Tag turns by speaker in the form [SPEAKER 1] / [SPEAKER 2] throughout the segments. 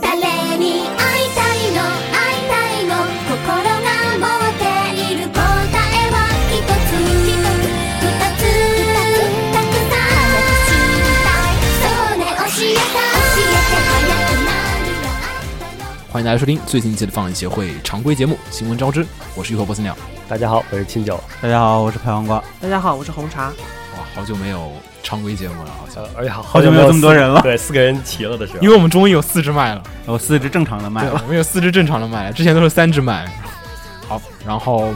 [SPEAKER 1] 誰に会いたいの会いたいの心が持っている答えは一つ一つ二つたくさんそれ教えた教えて早く何があったの
[SPEAKER 2] 欢迎大家收听最新一期的放映协会常规节目《新闻招知》，我是雨后波斯鸟。
[SPEAKER 3] 大家好，我是清酒。
[SPEAKER 4] 大家好，我是拍黄瓜。
[SPEAKER 5] 大家好，我是红茶。
[SPEAKER 2] 哇，好久没有常规节目了，好像
[SPEAKER 3] 呃，而且好
[SPEAKER 4] 哎好久没有这么多人了
[SPEAKER 3] 对，四个人齐了的时候
[SPEAKER 2] 因，为我们终于有四只麦了，
[SPEAKER 4] 我四只正常的麦
[SPEAKER 2] 对，
[SPEAKER 4] 了，
[SPEAKER 2] 我们有四只正常的麦了，之前都是三只麦。好，然后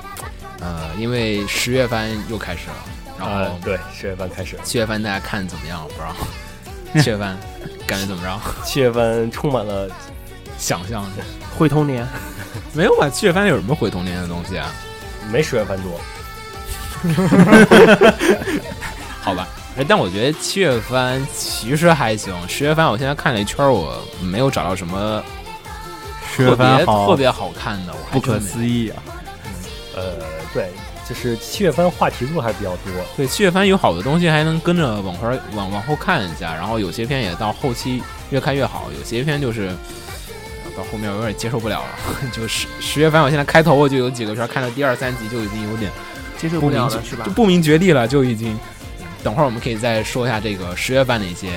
[SPEAKER 2] 呃，因为十月番又开始了，然
[SPEAKER 3] 呃
[SPEAKER 2] 后，
[SPEAKER 3] 对，十月份开始，
[SPEAKER 2] 七月番大家看怎么样？不知道， 七月番感觉怎么着？
[SPEAKER 3] 七月份充满了
[SPEAKER 2] 想象是
[SPEAKER 5] 会童年，
[SPEAKER 2] 没有吧？七月番有什么毁童年的东西啊？
[SPEAKER 3] 呃没十月份多，
[SPEAKER 2] 好吧。 哎，但我觉得七月番其实还行，十月番我现在看了一圈儿，我没有找到什么
[SPEAKER 4] 十
[SPEAKER 2] 特别
[SPEAKER 4] 月番
[SPEAKER 2] 特
[SPEAKER 4] 好，
[SPEAKER 2] 别好看的，我还
[SPEAKER 4] 不
[SPEAKER 2] 真
[SPEAKER 4] 可
[SPEAKER 2] 没有
[SPEAKER 4] 思议啊！
[SPEAKER 3] 呃，对，就是七月份话题度还是比较多，
[SPEAKER 2] 对，七月番有好的东西还能跟着往后往往后看一下，然后有些片也到后期越看越好，有些片就是呃到后面有点接受不了了。就十十月番，我现在开头我就有几个片儿看到第二三集就已经有点
[SPEAKER 5] 接受
[SPEAKER 2] 不
[SPEAKER 5] 不
[SPEAKER 2] 明
[SPEAKER 5] 了
[SPEAKER 2] 觉
[SPEAKER 5] 了是吧
[SPEAKER 2] 就？不明觉厉了，就已经。等会儿我们可以再说一下这个十月番的一些，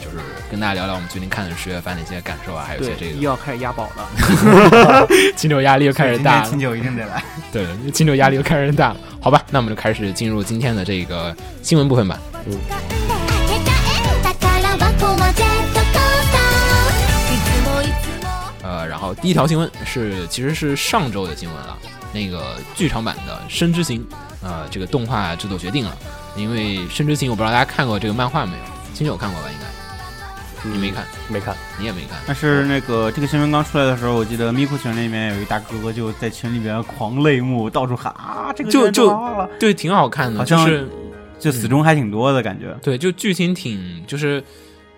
[SPEAKER 2] 就是跟大家聊聊我们最近看的十月番的一些感受啊，还有一些
[SPEAKER 5] 对，
[SPEAKER 2] 这
[SPEAKER 5] 又
[SPEAKER 2] 个
[SPEAKER 5] 要开始押宝了。
[SPEAKER 2] 金牛压力又开始
[SPEAKER 4] 今
[SPEAKER 2] 大
[SPEAKER 4] 天
[SPEAKER 2] 了
[SPEAKER 4] 清。酒一定得来。
[SPEAKER 2] 对，金牛压力又开始大了。好吧，那我们就开始进入今天的这个新闻部分吧。
[SPEAKER 1] 掴んで開けちゃえ宝箱はジェットコースターいつもいつも
[SPEAKER 2] 呃，然后第一条新闻是其实是上周的新闻了，那个剧场版的《深之行》，呃，这个动画制作决定了，因为《深之行》我不知道大家看过这个漫画没有，亲友看过吧？应该
[SPEAKER 4] 嗯
[SPEAKER 2] 你没看，
[SPEAKER 3] 嗯没看，
[SPEAKER 2] 你也没看。
[SPEAKER 4] 但是那个这个新闻刚出来的时候，我记得咪咕群里面有一大哥就在群里面狂泪目，到处喊啊，这个
[SPEAKER 2] 就
[SPEAKER 4] 人
[SPEAKER 2] 就
[SPEAKER 4] 娃娃了
[SPEAKER 2] 对，挺好看的，
[SPEAKER 4] 好
[SPEAKER 2] 就
[SPEAKER 4] 像
[SPEAKER 2] 是
[SPEAKER 4] 就死忠还挺多的感觉。
[SPEAKER 2] 对，就剧情挺就是。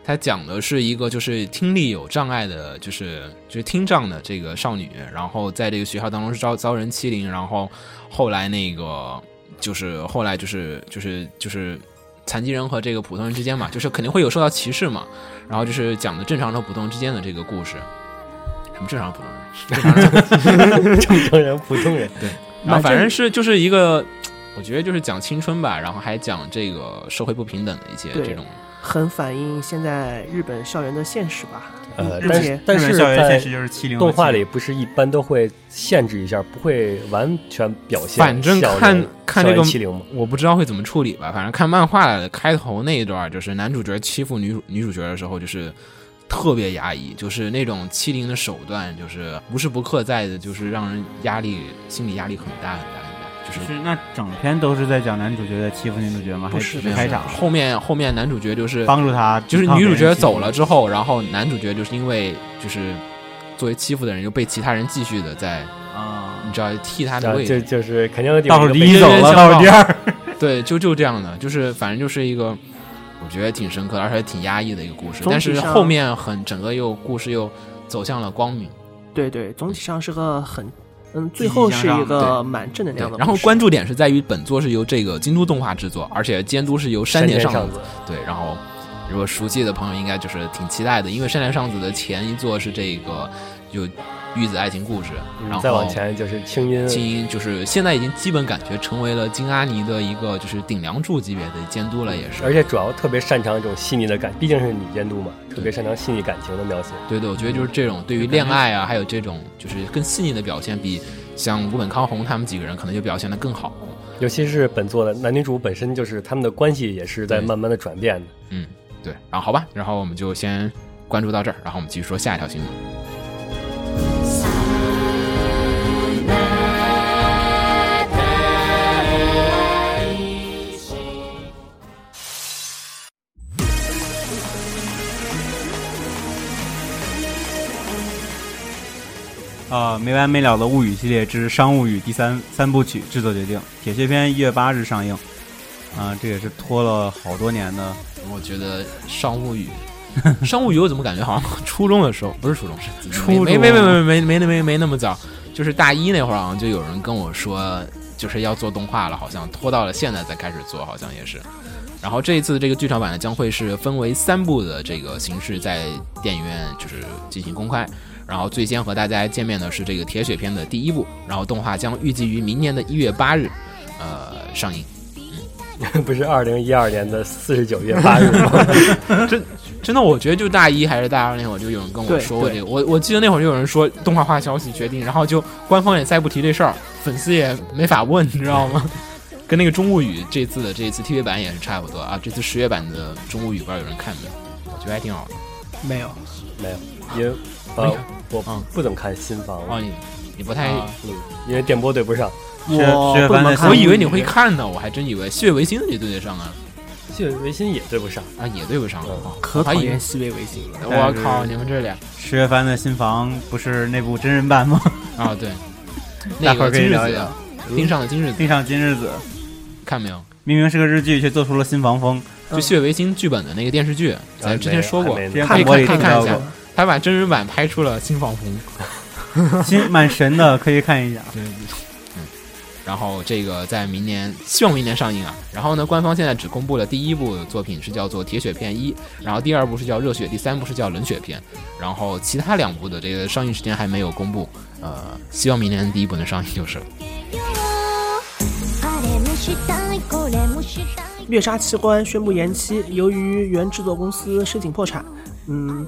[SPEAKER 2] 它讲的是一个就是听力有障碍的，就是就是听障的这个少女，然后在这个学校当中是遭遭人欺凌，然后后来那个就是后来就是就是就是残疾人和这个普通人之间嘛，就是肯定会有受到歧视嘛，然后就是讲的正常和普通人之间的这个故事，什么正常和普通人，正常人
[SPEAKER 3] 正常人、普通人，
[SPEAKER 2] 然后反正是就是一个，我觉得就是讲青春吧，然后还讲这个社会不平等的一些
[SPEAKER 5] 对
[SPEAKER 2] 这种。
[SPEAKER 5] 很反映现在日本校园的现实吧。
[SPEAKER 3] 呃，
[SPEAKER 5] 日
[SPEAKER 3] 但
[SPEAKER 5] 且
[SPEAKER 3] 是但
[SPEAKER 4] 日
[SPEAKER 3] 是
[SPEAKER 4] 本校园现实
[SPEAKER 3] 在
[SPEAKER 4] 就是欺凌和
[SPEAKER 3] 动画
[SPEAKER 4] 欺凌
[SPEAKER 3] 里不是一般都会限制一下，不会完全表现
[SPEAKER 2] 反正
[SPEAKER 3] 校园
[SPEAKER 2] 看看这
[SPEAKER 3] 校园
[SPEAKER 2] 个
[SPEAKER 3] 欺凌吗？
[SPEAKER 2] 我不知道会怎么处理吧，反正看漫画的开头那一段，就是男主角欺负女主女主角的时候，就是特别压抑，就是那种欺凌的手段，就是无时不刻在的，就是让人压力心理压力很大很大很大，就是
[SPEAKER 4] 是那整篇都是在讲男主角在欺负女主角吗？还
[SPEAKER 5] 不是
[SPEAKER 4] 只
[SPEAKER 2] 没
[SPEAKER 4] 是
[SPEAKER 2] 有
[SPEAKER 4] 开场
[SPEAKER 2] 后面后面男主角就是
[SPEAKER 4] 帮助他，
[SPEAKER 2] 就是女主角走了之后，然后男主角就是因为就是作为欺负的人，又被其他人继续的在
[SPEAKER 4] 啊
[SPEAKER 2] 你，知道替他的
[SPEAKER 3] 啊
[SPEAKER 2] 位
[SPEAKER 3] 就
[SPEAKER 2] 置，
[SPEAKER 3] 就是肯定有
[SPEAKER 4] 倒数第
[SPEAKER 3] 被
[SPEAKER 4] 一走了，倒数第二，
[SPEAKER 2] 对，就就这样的，就是反正就是一个我觉得挺深刻的，而且挺压抑的一个故事。
[SPEAKER 5] 总体
[SPEAKER 2] 但是
[SPEAKER 5] 上
[SPEAKER 2] 后面很整个又故事又走向了光明，
[SPEAKER 5] 对对，总体上是个很，嗯，最
[SPEAKER 4] 积极
[SPEAKER 5] 后
[SPEAKER 4] 向
[SPEAKER 5] 是
[SPEAKER 4] 上
[SPEAKER 5] 一
[SPEAKER 2] 对
[SPEAKER 5] 个蛮正能
[SPEAKER 2] 对
[SPEAKER 5] 量的故
[SPEAKER 2] 然
[SPEAKER 5] 事。
[SPEAKER 2] 后关注点是在于本作是由这个京都动画制作，而且监督是由山田
[SPEAKER 3] 田
[SPEAKER 2] 尚
[SPEAKER 3] 尚
[SPEAKER 2] 子。对，然后如果熟悉的朋友应该就是挺期待的，因为山田尚子的前一作是这个有《玉子爱情故事》，然后
[SPEAKER 3] 嗯再往前就是清音，
[SPEAKER 2] 金英就是现在已经基本感觉成为了金阿尼的一个就是顶梁柱级别的监督了，也是。
[SPEAKER 3] 而且主要特别擅长这种细腻的感，毕竟是女监督嘛，特别擅长细腻感情的描写。
[SPEAKER 2] 对对，我觉得就是这种对于恋爱啊，还有这种就是更细腻的表现，比像吴本康弘他们几个人可能就表现的更好。
[SPEAKER 3] 尤其是本作的男女主本身就是他们的关系也是在
[SPEAKER 2] 对
[SPEAKER 3] 慢慢的转变的。
[SPEAKER 2] 嗯，对。然后好吧，然后我们就先关注到这儿，然后我们继续说下一条新闻。
[SPEAKER 4] 啊，没完没了的《物语》系列之《商务语》第三三部曲制作决定，铁血篇一月八日上映。啊、这也是拖了好多年的，
[SPEAKER 2] 我觉得《商务 语》，《商务语》我怎么感觉好像 初中的时候，不是初中，是
[SPEAKER 4] 初中
[SPEAKER 2] 没没没没没没没没没那么早，就是大一那会儿好像就有人跟我说，就是要做动画了，好像拖到了现在才开始做，好像也是。然后这一次这个剧场版呢，将会是分为三部的这个形式在电影院就是进行公开。然后最先和大家见面的是这个铁血篇的第一部，然后动画将预计于明年的一月八日，呃上映。
[SPEAKER 3] 不是二零一二年的四十九月八日吗？
[SPEAKER 2] 真的，我觉得就大一还是大二那会儿，就有人跟我
[SPEAKER 5] 对
[SPEAKER 2] 说过这个。我我记得那会儿就有人说动画化消息决定，然后就官方也再不提这事儿，粉丝也没法问，你知道吗？ 跟那个《中物语》这次的这一次 TV 版也是差不多啊。这次十月版的《中物语》不知道有人看没有？我觉得还挺好的。
[SPEAKER 5] 没有，
[SPEAKER 3] 没有，因为
[SPEAKER 2] 没看
[SPEAKER 3] 呃我
[SPEAKER 2] 嗯
[SPEAKER 3] 不怎么看新房，
[SPEAKER 2] 哦，你你不太，
[SPEAKER 4] 啊
[SPEAKER 3] 嗯，因为电波对不上。
[SPEAKER 4] 薛薛
[SPEAKER 5] 我不
[SPEAKER 4] 帆的
[SPEAKER 5] 怎么
[SPEAKER 4] 啊
[SPEAKER 5] 看
[SPEAKER 2] 我以为你会看呢，我还真以为《血维新》你对得上啊
[SPEAKER 3] 细雨维新也对不上，
[SPEAKER 2] 啊也对不上。哦
[SPEAKER 5] 可讨
[SPEAKER 2] 我还以为
[SPEAKER 5] 厌西北维新了。
[SPEAKER 2] 我靠，你们这俩
[SPEAKER 4] 十月番的新房不是那部真人版吗？
[SPEAKER 2] 啊 对，那
[SPEAKER 4] 大伙
[SPEAKER 2] 个
[SPEAKER 4] 儿可以
[SPEAKER 2] 今日
[SPEAKER 4] 聊一
[SPEAKER 2] 子
[SPEAKER 4] 聊。
[SPEAKER 2] 盯上的今日子
[SPEAKER 4] 盯上今日子，
[SPEAKER 2] 看没有？
[SPEAKER 4] 明明是个日剧，却做出了新房 风。
[SPEAKER 2] 就《血维新》剧本的那个电视剧，咱之前说过
[SPEAKER 3] 还，没呢
[SPEAKER 4] 之前
[SPEAKER 2] 可以
[SPEAKER 4] 看博里
[SPEAKER 2] 看
[SPEAKER 4] 听
[SPEAKER 2] 看
[SPEAKER 4] 到
[SPEAKER 2] 一下
[SPEAKER 4] 过，，
[SPEAKER 2] 他把真人版拍出了新放风。
[SPEAKER 4] 新蛮神的，可以看一下。
[SPEAKER 2] 对，嗯。然后这个在明年，希望明年上映啊。然后呢，官方现在只公布了第一部作品是叫做《铁血片一》，然后第二部是叫《热血》，第三部是叫《冷血片》，然后其他两部的这个上映时间还没有公布。呃，希望明年第一部能上映就是了。
[SPEAKER 1] あれもしたいこれもしたい
[SPEAKER 5] 《猎杀器官》宣布延期，由于原制作公司申请破产，嗯，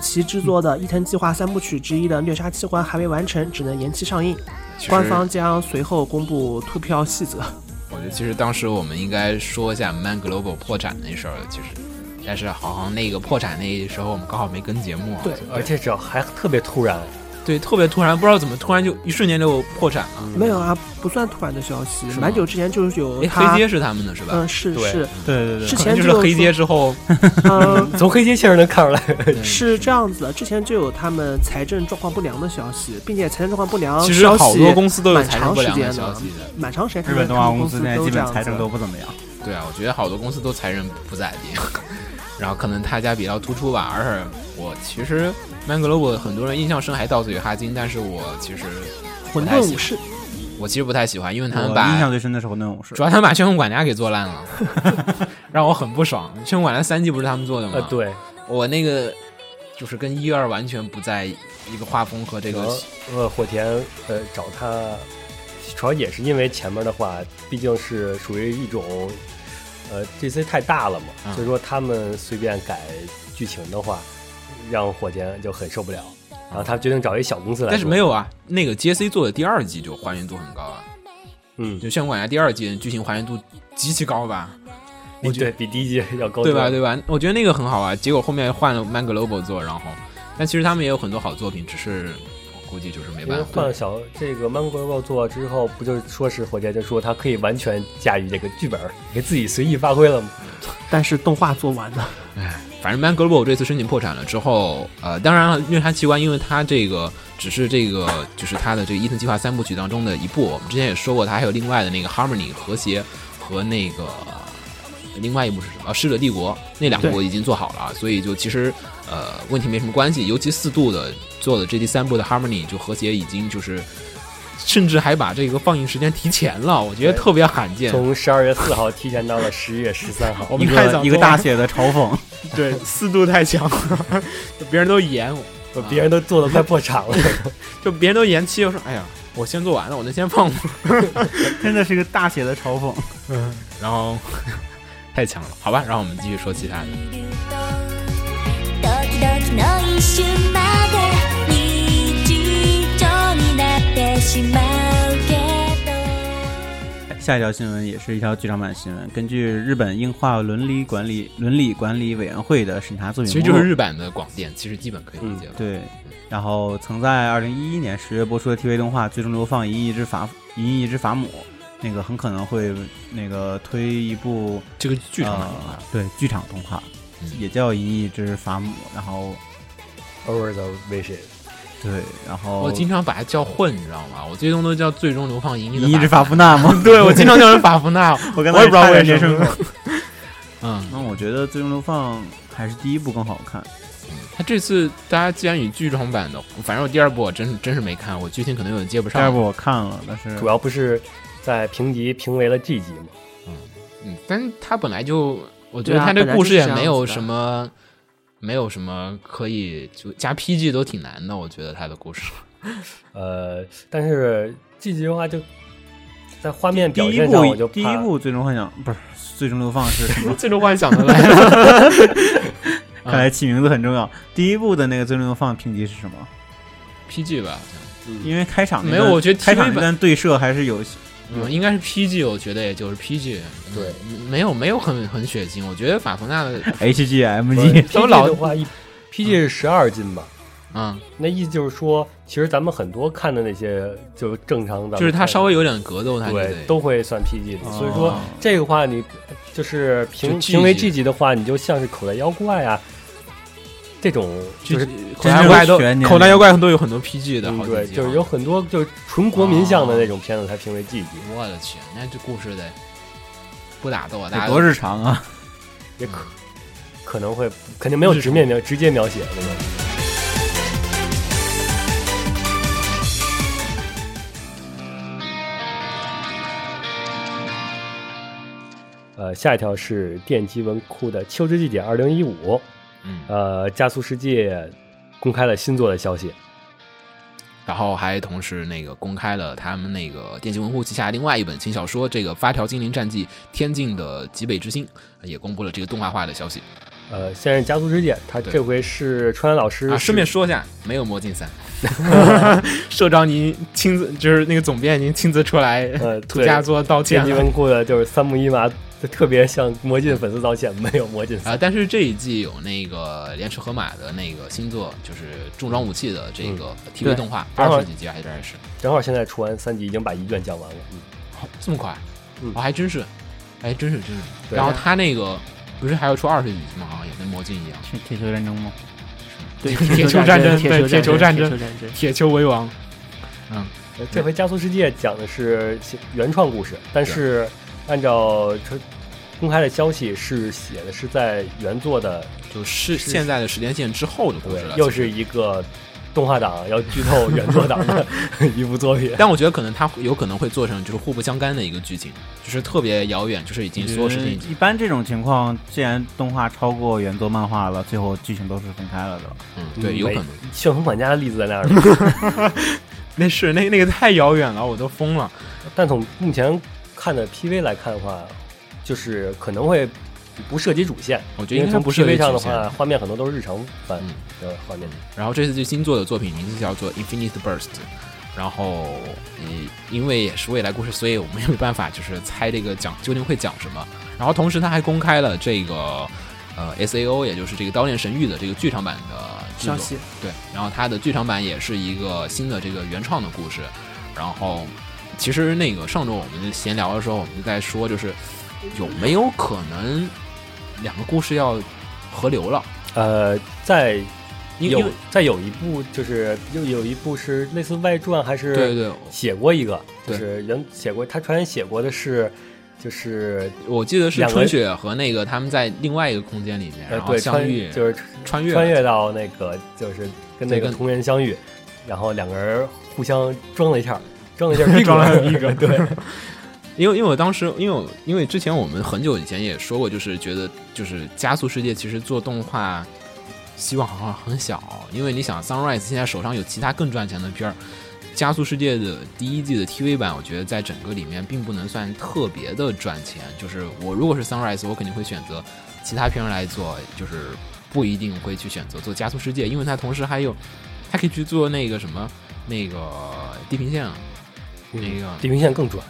[SPEAKER 5] 其制作的伊藤计划三部曲之一的《猎杀器官》还未完成，只能延期上映。
[SPEAKER 2] 其实
[SPEAKER 5] 官方将随后公布突票细则。
[SPEAKER 2] 我觉得其实当时我们应该说一下 Man Global 破产那事儿，其实，但是好像那个破产那时候我们刚好没跟节目啊，
[SPEAKER 5] 对
[SPEAKER 3] 而且这还特别 突然，
[SPEAKER 2] 对，特别突然，不知道怎么突然就一瞬间就破产了。
[SPEAKER 5] 没有啊，不算突然的消息
[SPEAKER 2] 嗯是，吗
[SPEAKER 5] 蛮久之前就是有
[SPEAKER 2] 哎，
[SPEAKER 5] 他
[SPEAKER 2] 黑，街是他们的是吧？
[SPEAKER 5] 嗯，是
[SPEAKER 3] 对
[SPEAKER 5] 是，
[SPEAKER 4] 对对对，
[SPEAKER 5] 之
[SPEAKER 2] 可能
[SPEAKER 5] 前
[SPEAKER 2] 就是
[SPEAKER 5] 有
[SPEAKER 2] 黑街
[SPEAKER 5] 说，
[SPEAKER 2] 之后，
[SPEAKER 5] 嗯，
[SPEAKER 3] 从黑街线上能看出来。
[SPEAKER 5] 是这样子的，之前就有他们财政状况不良的消息，并且财政状况不良
[SPEAKER 2] 其实
[SPEAKER 5] 消息
[SPEAKER 2] 好多公司都有
[SPEAKER 5] 蛮
[SPEAKER 2] 财政
[SPEAKER 5] 长
[SPEAKER 2] 不
[SPEAKER 5] 时
[SPEAKER 2] 良的
[SPEAKER 5] 间
[SPEAKER 2] 消
[SPEAKER 5] 了
[SPEAKER 2] 息，的。
[SPEAKER 5] 蛮长时间他
[SPEAKER 4] 日
[SPEAKER 5] 们，
[SPEAKER 4] 本动画公司现
[SPEAKER 5] 他们
[SPEAKER 4] 在
[SPEAKER 5] 公
[SPEAKER 4] 基
[SPEAKER 5] 司
[SPEAKER 4] 本
[SPEAKER 5] 都
[SPEAKER 4] 财政
[SPEAKER 5] 这
[SPEAKER 4] 都
[SPEAKER 5] 样
[SPEAKER 4] 不
[SPEAKER 5] 子
[SPEAKER 4] 怎么样。
[SPEAKER 2] 对啊，我觉得好多公司都财政不咋地， 然后可能他家比较突出吧。而且我其实 Man Global 很多人印象深还到自于哈金，但是我其实不
[SPEAKER 5] 混
[SPEAKER 2] 太
[SPEAKER 5] 沌
[SPEAKER 2] 喜
[SPEAKER 5] 武士
[SPEAKER 2] 我其实不太喜欢，因为他
[SPEAKER 4] 我
[SPEAKER 2] 们
[SPEAKER 4] 印象
[SPEAKER 2] 把
[SPEAKER 4] 最深的是《混沌武士
[SPEAKER 2] 主》，要他们把《旋风管家》给做烂了， 让我很不爽。《旋风管家》三季不是他们做的吗？
[SPEAKER 3] 呃，， 对，
[SPEAKER 2] 我那个就是跟一二完全不在一个画风和这
[SPEAKER 3] 然
[SPEAKER 2] 个
[SPEAKER 3] 后呃，火田呃找他，主要也是因为前面的话，毕竟是属于一种呃 DC 太大了嘛，
[SPEAKER 2] 嗯
[SPEAKER 3] 所以说他们随便改剧情的话，让火田就很受不了。然后他决定找一小公司来做，
[SPEAKER 2] 但是没有啊，那个 J C 做的第二季就还原度很高啊，
[SPEAKER 3] 嗯
[SPEAKER 2] 就，《炫管家》第二季的剧情还原度极其高吧，我
[SPEAKER 3] 比
[SPEAKER 2] 觉
[SPEAKER 3] 对比第一季要高
[SPEAKER 2] 对
[SPEAKER 3] 多
[SPEAKER 2] 吧？
[SPEAKER 3] 了？
[SPEAKER 2] 对吧？我觉得那个很好啊，结果后面换了 Man Global 做，然后，但其实他们也有很多好作品，只是我估计就是没
[SPEAKER 3] 因为
[SPEAKER 2] 办
[SPEAKER 3] 换
[SPEAKER 2] 法
[SPEAKER 3] 了。小这个 Mango Robo 做之后，不就说是火箭，就说他可以完全驾驭这个剧本，给自己随意发挥了吗？
[SPEAKER 5] 但是动画做完了，
[SPEAKER 2] 反正 Man Global 这次申请破产了之后，呃，当然了，因为它奇怪，因为它这个只是这个就是它的这个伊藤计划三部曲当中的一部，我们之前也说过，它还有另外的那个 Harmony 和谐和那个另外一部是什么？啊，使者帝国那两部
[SPEAKER 5] 对
[SPEAKER 2] 已经做好了啊，所以就其实呃问题没什么关系。尤其四度的做的这第三部的 Harmony 就和谐已经就是，甚至还把这个放映时间提前了，我觉得
[SPEAKER 3] 对
[SPEAKER 2] 特别罕见。
[SPEAKER 3] 从十二月四号提前到了十一月十三号。
[SPEAKER 2] 我
[SPEAKER 4] 一
[SPEAKER 2] 们太
[SPEAKER 4] 个
[SPEAKER 2] 想
[SPEAKER 4] 一个
[SPEAKER 2] 做
[SPEAKER 4] 大
[SPEAKER 2] 了
[SPEAKER 4] 写的嘲讽。
[SPEAKER 2] 对四度太强了，别人都演我。
[SPEAKER 3] 我别人都做的快破产了，
[SPEAKER 2] 就别人都延期，我说哎呀，我先做完了，我能先放吗？
[SPEAKER 4] 真的是一个大写的嘲讽。
[SPEAKER 2] 然后 太强了，好吧，然后我们继续说其他的。
[SPEAKER 1] ドキドキの一瞬まで日常になってしまうけ
[SPEAKER 4] 下一条新闻也是一条剧场版新闻。根据日本映画伦理管理伦理管理委员会的审查作品
[SPEAKER 2] 其
[SPEAKER 4] 目
[SPEAKER 2] 实
[SPEAKER 4] 录，
[SPEAKER 2] 就是日版的广电，其实基本可以理解了。
[SPEAKER 4] 对。然后曾在二零一一年十月播出的 TV 动画《最终流放银翼之法银翼之法母》，那个很可能会那个推一部
[SPEAKER 2] 这个剧场版的
[SPEAKER 4] 呃
[SPEAKER 2] 话，
[SPEAKER 4] 对剧场动画，
[SPEAKER 2] 嗯
[SPEAKER 4] 也叫《银翼之法母》。然后
[SPEAKER 3] Over the Vision，
[SPEAKER 4] 对，然后
[SPEAKER 2] 我经常把它叫混，你知道吗？我最终都叫最终流放哦银
[SPEAKER 4] 银翼
[SPEAKER 2] 翼
[SPEAKER 4] 之
[SPEAKER 2] 的
[SPEAKER 4] 法
[SPEAKER 2] 法。
[SPEAKER 4] 夫纳吗？
[SPEAKER 2] 对，我经常叫人法芙娜，
[SPEAKER 4] 我刚
[SPEAKER 2] 我
[SPEAKER 4] 才
[SPEAKER 2] 也不知道为
[SPEAKER 4] 差
[SPEAKER 2] 什
[SPEAKER 4] 点连声
[SPEAKER 2] 么。 嗯，
[SPEAKER 4] 那我觉得《最终流放》还是第一部更好看。
[SPEAKER 2] 他这次大家既然以剧场版的，反正我第二部我真真是没看，我剧情可能有点接不
[SPEAKER 4] 第
[SPEAKER 2] 上。
[SPEAKER 4] 二部我看了，但是
[SPEAKER 3] 主要不是在评级评为了 G 级嘛，
[SPEAKER 2] 嗯，但是他本来就我觉得
[SPEAKER 5] 对啊
[SPEAKER 2] 他这
[SPEAKER 5] 本来
[SPEAKER 2] 故
[SPEAKER 5] 就
[SPEAKER 2] 事
[SPEAKER 5] 是
[SPEAKER 2] 也
[SPEAKER 5] 这样
[SPEAKER 2] 没有
[SPEAKER 5] 子的
[SPEAKER 2] 什么，没有什么可以就加 PG 都挺难的，我觉得他的故事。
[SPEAKER 3] 呃，但是这句话就在画面
[SPEAKER 4] 第
[SPEAKER 3] 表
[SPEAKER 4] 一
[SPEAKER 3] 现上，我
[SPEAKER 4] 部
[SPEAKER 3] 就
[SPEAKER 4] 第一
[SPEAKER 3] 怕
[SPEAKER 4] 部最终幻想不是最终流放是什 么？
[SPEAKER 2] 最终幻想的来了，
[SPEAKER 4] 看来起名字很重要。第一部的那个最终流放评级是什么？
[SPEAKER 2] PG 吧，好像
[SPEAKER 4] 因为开场
[SPEAKER 2] 嗯
[SPEAKER 4] 那
[SPEAKER 2] 没有
[SPEAKER 4] 段
[SPEAKER 2] 我觉得
[SPEAKER 4] 开场
[SPEAKER 2] TV
[SPEAKER 4] 那段对射还是有
[SPEAKER 2] 嗯，应该是 PG，我觉得也就是 PG，嗯
[SPEAKER 3] 对，
[SPEAKER 2] 没有没有很很血腥，我觉得法芙娜的，
[SPEAKER 4] HGMG
[SPEAKER 2] 都老
[SPEAKER 3] PG 的话一 PG 是十二斤吧？
[SPEAKER 2] 嗯，
[SPEAKER 3] 那意思就是说，其实咱们很多看的那些就正常咱们看的，
[SPEAKER 2] 就是它稍微有点格斗，它就
[SPEAKER 3] 对
[SPEAKER 2] 得
[SPEAKER 3] 都会算 PG 的，
[SPEAKER 4] 哦
[SPEAKER 3] 所以说这个话你就是
[SPEAKER 2] 就
[SPEAKER 3] 评
[SPEAKER 2] G
[SPEAKER 3] 评为
[SPEAKER 2] 级
[SPEAKER 3] G 级的话，你就像是口袋妖怪啊这种，就是
[SPEAKER 2] 口袋妖怪都
[SPEAKER 4] 真正的悬念
[SPEAKER 2] 口袋妖怪都有很多 PG 的，
[SPEAKER 3] 嗯
[SPEAKER 2] 好几
[SPEAKER 3] 对，
[SPEAKER 2] 集
[SPEAKER 3] 就是
[SPEAKER 2] 啊
[SPEAKER 3] 有很多就是纯国民向的那种片子才评为 G 级，
[SPEAKER 2] 我的去，那这故事得不打斗啊，大
[SPEAKER 4] 得
[SPEAKER 2] 家
[SPEAKER 4] 多日常啊！
[SPEAKER 3] 也
[SPEAKER 2] 嗯
[SPEAKER 3] 可可能会肯定没有直面描直接描写那种。呃，下一条是电击文库的《秋之祭典》二零一五，
[SPEAKER 2] 嗯，
[SPEAKER 3] 呃，加速世界公开了新作的消息。
[SPEAKER 2] 然后还同时那个公开了他们那个电击文库旗下另外一本轻小说，这个《发条精灵战记：天境的极北之星》也公布了这个动画化的消息
[SPEAKER 3] 呃，先是加速世界，他
[SPEAKER 2] 对
[SPEAKER 3] 这回是川原老师
[SPEAKER 2] 啊。顺便说一下，没有魔镜三， 社长您亲自就是那个总编您亲自出来
[SPEAKER 3] 呃
[SPEAKER 2] 土家做道歉
[SPEAKER 3] 电击
[SPEAKER 2] 了
[SPEAKER 3] 文库的就是三木一麻，就特别向魔镜粉丝道歉，没有魔镜
[SPEAKER 2] 啊、但是这一季有那个莲池河马的那个新作，就是重装武器的这个 TV
[SPEAKER 5] 对
[SPEAKER 2] 动画，
[SPEAKER 3] 然后
[SPEAKER 2] 二十几集还是二十？
[SPEAKER 3] 正好现在出完三集，已经把一卷讲完了。
[SPEAKER 2] 哦这么快？
[SPEAKER 3] 嗯
[SPEAKER 2] 哦，还真是，哎，真是真是。
[SPEAKER 3] 对
[SPEAKER 2] 然后他那个不是还要出二十几集吗？好像也跟魔镜一样。
[SPEAKER 4] 是铁球战争吗？
[SPEAKER 5] 对
[SPEAKER 2] 铁球
[SPEAKER 5] 球
[SPEAKER 2] 战争对
[SPEAKER 5] 铁
[SPEAKER 2] 铁球
[SPEAKER 5] 球
[SPEAKER 2] 战
[SPEAKER 5] 战
[SPEAKER 2] 争
[SPEAKER 5] 铁球战争，
[SPEAKER 2] 铁球为王，哎
[SPEAKER 3] 呃这回《加速世界》讲的是其原创故事，但是按照这公开的消息是写的是在原作的，
[SPEAKER 2] 就是现在的时啊间线之后的故事
[SPEAKER 3] 对
[SPEAKER 2] 了。，
[SPEAKER 3] 又
[SPEAKER 2] 其实
[SPEAKER 3] 是一个动画党要剧透原作党 的一部作品。
[SPEAKER 2] 但我觉得可能它有可能会做成就是互不相干的一个剧情，就是特别遥远，就是已经所有事情已经
[SPEAKER 4] 一般这种情况，既然动画超过原作漫画了，最后剧情都是分开了的。
[SPEAKER 2] 嗯，对，有可能。
[SPEAKER 3] 旋风管家的例子在那 儿呢，
[SPEAKER 2] 那是那那个太遥远了，我都疯了。
[SPEAKER 3] 但从目前看的 PV 来看的话，就是可能会不涉及主线。
[SPEAKER 2] 我觉得
[SPEAKER 3] 因
[SPEAKER 2] 应
[SPEAKER 3] 为
[SPEAKER 2] 该
[SPEAKER 3] 从
[SPEAKER 2] 不涉及
[SPEAKER 3] PV 上的
[SPEAKER 2] 主线
[SPEAKER 3] 话，画面很多都是日常版
[SPEAKER 2] 嗯
[SPEAKER 3] 的画面。
[SPEAKER 2] 然后这次最新做的作品名字叫做《Infinite Burst》，然后嗯，因为也是未来故事，所以我们也没办法就是猜这个讲究竟会讲什么。然后同时他还公开了这个呃 S A O，也就是这个《刀剑神域》的这个剧场版的制作
[SPEAKER 5] 消息，嗯
[SPEAKER 2] 对，然后它的剧场版也是一个新的这个原创的故事。然后其实那个上周我们闲聊的时候，我们就在说，就是有没有可能两个故事要合流了？
[SPEAKER 3] 呃，在
[SPEAKER 2] 因为
[SPEAKER 3] 有在有一部就是又有一部是类似外传还是
[SPEAKER 2] 对对对，
[SPEAKER 3] 写过一个，就
[SPEAKER 2] 对
[SPEAKER 3] 是原写过他传言写过的是就是
[SPEAKER 2] 我记得是
[SPEAKER 3] 两个
[SPEAKER 2] 春雪和那个他们在另外一个空间里面，
[SPEAKER 3] 呃
[SPEAKER 2] 然后
[SPEAKER 3] 对
[SPEAKER 2] 相
[SPEAKER 3] 穿
[SPEAKER 2] 遇，
[SPEAKER 3] 就是
[SPEAKER 2] 穿越
[SPEAKER 3] 穿
[SPEAKER 2] 了
[SPEAKER 3] 越到那个就是跟那
[SPEAKER 2] 对跟
[SPEAKER 3] 个同人相遇，然后两个人互相装了一下，装了一 下逼格，
[SPEAKER 2] 装了
[SPEAKER 3] 逼格，对，
[SPEAKER 2] 因为因为我当时因为我因为之前我们很久以前也说过，就是觉得就是加速世界其实做动画希望好像很小，因为你想 Sunrise 现在手上有其他更赚钱的片儿。加速世界的第一季的 TV 版，我觉得在整个里面并不能算特别的赚钱。就是我如果是 Sunrise，我肯定会选择其他片儿来做，就是不一定会去选择做加速世界，因为它同时还有，它可以去做那个什么那个地平线，啊那个
[SPEAKER 3] 地平线更 转，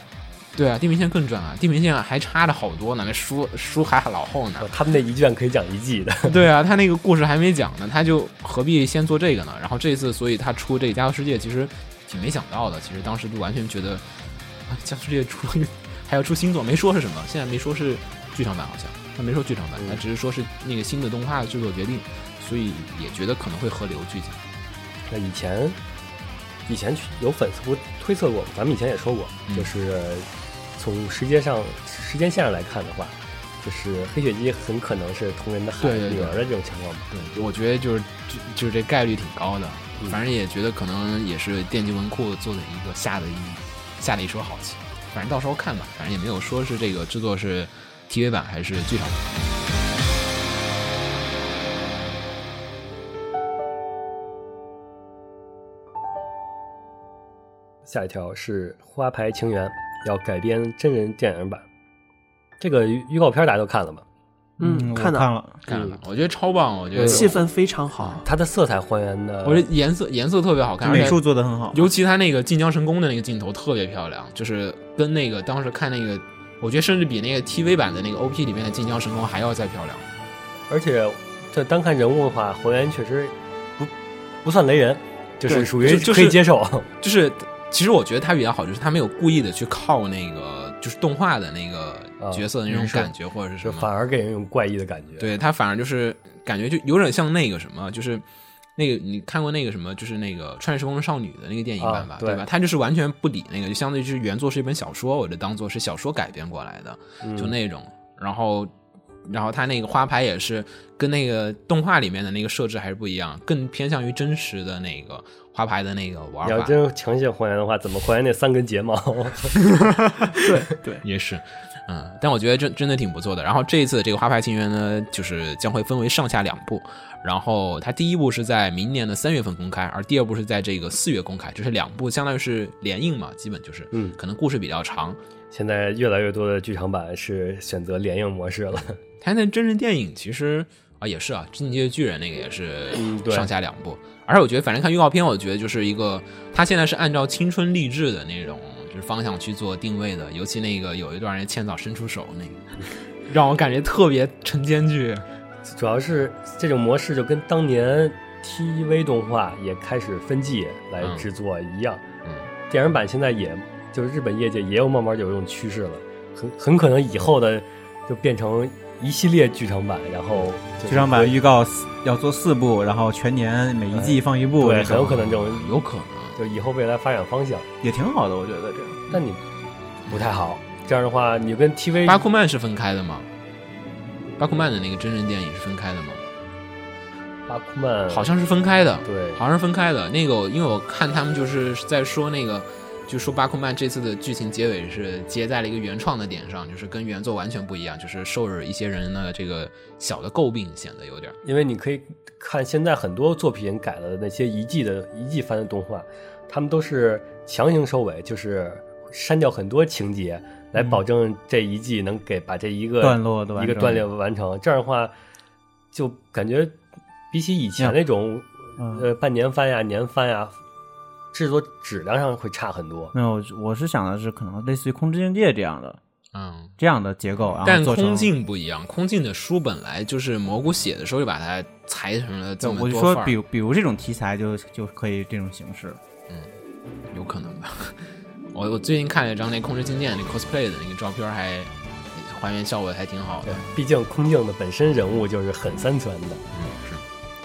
[SPEAKER 2] 对啊，地平线更赚啊，地平线还差的好多呢，那书书还老厚 呢。
[SPEAKER 3] 他们那一卷可以讲一季的，
[SPEAKER 2] 对啊，他那个故事还没讲呢，他就何必先做这个呢？然后这次，所以他出这个《加速世界》，其实挺没想到的。其实当时就完全觉得，啊《加速世界》出了一个 还要出新作，没说是什么，现在没说是剧场版，好像他没说剧场版，他只是说是那个新的动画制作决定，所以也觉得可能会合流剧情。
[SPEAKER 3] 那以前以前有粉丝不推测过，咱们以前也说过，
[SPEAKER 2] 嗯
[SPEAKER 3] 就是从时间上时间线上来看的话，就是黑雪姬很可能是同人的孩
[SPEAKER 2] 对对对
[SPEAKER 3] 女儿的这种情况嘛。
[SPEAKER 2] 对，我觉得就是就就是这概率挺高的，
[SPEAKER 3] 嗯
[SPEAKER 2] 反正也觉得可能也是电击文库做的一个下的一下的一手好棋，反正到时候看吧，反正也没有说是这个制作是 TV 版还是剧场版。
[SPEAKER 3] 下一条是《花牌情缘》要改编真人电影版，这个预预告片大家都看了吧？
[SPEAKER 5] 嗯，
[SPEAKER 4] 我
[SPEAKER 5] 看
[SPEAKER 4] 看
[SPEAKER 5] 到
[SPEAKER 4] 了，
[SPEAKER 2] 看了，我觉得超棒，我觉
[SPEAKER 4] 嗯
[SPEAKER 2] 得
[SPEAKER 5] 气氛非常好，
[SPEAKER 3] 它的色彩还原的，
[SPEAKER 2] 我觉得颜色颜色特别好看，而且
[SPEAKER 4] 美术做的很好，
[SPEAKER 2] 尤其他那个晋江神宫的那个镜头特别漂亮，就是跟那个当时看那个，我觉得甚至比那个 TV 版的那个 OP 里面的晋江神宫还要再漂亮。
[SPEAKER 3] 而且这单看人物的话，还原确实不不算雷人，就是
[SPEAKER 2] 对
[SPEAKER 3] 属于
[SPEAKER 2] 就就是
[SPEAKER 3] 可以接受。
[SPEAKER 2] 就是其实我觉得它比较好，就是他没有故意的去靠那个就是动画的那个
[SPEAKER 3] 啊
[SPEAKER 2] 角色的那种
[SPEAKER 3] 人设
[SPEAKER 2] 感觉或者是
[SPEAKER 3] 就
[SPEAKER 2] 什
[SPEAKER 3] 反
[SPEAKER 2] 么，
[SPEAKER 3] 而给人一种怪异的感觉。，
[SPEAKER 2] 对他反而就是感觉就有点像那个什么，就是。那个你看过那个什么，就是那个《穿越时空的少女》的那个电影版吧，
[SPEAKER 3] 啊对
[SPEAKER 2] 对吧？他就是完全不理那个，就相当于是原作是一本小说，我就当做是小说改编过来的。就
[SPEAKER 3] 嗯
[SPEAKER 2] 那种。然后，然后他那个花牌也是跟那个动画里面的那个设置还是不一样，更偏向于真实的那个花牌的那个玩
[SPEAKER 3] 你要
[SPEAKER 2] 法。
[SPEAKER 3] 真强行还原的话，怎么还原那三根睫毛？
[SPEAKER 2] 也是，嗯，但我觉得真真的挺不错的。然后这一次这个花牌情缘呢，就是将会分为上下两部，然后它第一部是在明年的三月份公开，而第二部是在这个四月公开，就是两部相当于是联映嘛，基本就是，
[SPEAKER 3] 嗯
[SPEAKER 2] 可能故事比较长。
[SPEAKER 3] 现在越来越多的剧场版是选择联映模式了。
[SPEAKER 2] 他那真人电影其实啊也是啊，《进击的巨人》那个也是
[SPEAKER 3] 嗯对
[SPEAKER 2] 上下两部，而且我觉得反正看预告片，我觉得就是一个他现在是按照青春励志的那种就是方向去做定位的，尤其那个有一段人家欠嫂伸出手那个，让我感觉特别晨间剧。
[SPEAKER 3] 主要是这种模式就跟当年 TV 动画也开始分季来制作一样，
[SPEAKER 2] 嗯，
[SPEAKER 3] 电影版现在也就是日本业界也有慢慢有这种趋势了，很很可能以后的就变成一系列剧场版，然后就是
[SPEAKER 4] 剧场版预告四要做四部，然后全年每一季放一部，
[SPEAKER 3] 对
[SPEAKER 4] 这
[SPEAKER 3] 很有
[SPEAKER 4] 种
[SPEAKER 3] 可能这种
[SPEAKER 2] 嗯有可能。
[SPEAKER 3] 就以后未来发展方向。
[SPEAKER 4] 也挺好的，我觉得这样。
[SPEAKER 3] 但你不太好，这样的话你跟 TV
[SPEAKER 2] 巴库曼是分开的吗？巴库曼的那个真人电影是分开的吗？
[SPEAKER 3] 巴库曼
[SPEAKER 2] 好像是分开的。
[SPEAKER 3] 对
[SPEAKER 2] 好像是分开的。那个我，因为我看他们就是在说那个，就说巴库曼这次的剧情结尾是接在了一个原创的点上，就是跟原作完全不一样，就是受着一些人的这个小的诟病，显得有点儿。
[SPEAKER 3] 因为你可以看现在很多作品改了那些一季的一季番的动画，他们都是强行收尾，就是删掉很多情节，来保证这一季能给把这一个
[SPEAKER 4] 嗯段落的完
[SPEAKER 3] 一
[SPEAKER 4] 成
[SPEAKER 3] 个段落完成。这样的话，就感觉比起以前那种、
[SPEAKER 4] 嗯
[SPEAKER 3] 呃半年番呀、年番呀，制作质量上会差很多。
[SPEAKER 4] 没有，我是想的是可能类似于《空之境界》这样的
[SPEAKER 2] 嗯，
[SPEAKER 4] 这样的结构，然
[SPEAKER 2] 但
[SPEAKER 4] 后做成。
[SPEAKER 2] 空镜不一样，空镜的书本来就是蘑菇写的时候就把它裁成了
[SPEAKER 4] 对
[SPEAKER 2] 这么
[SPEAKER 4] 我就
[SPEAKER 2] 多
[SPEAKER 4] 说
[SPEAKER 2] 份，儿
[SPEAKER 4] 比，如比如这种题材就就可以这种形式。
[SPEAKER 2] 有可能吧。 我我最近看了一张那空之境界那 cosplay 的那个照片儿还还原效果还挺好的
[SPEAKER 3] 对。，毕竟空镜的本身人物就是很三全的，
[SPEAKER 2] 嗯，是。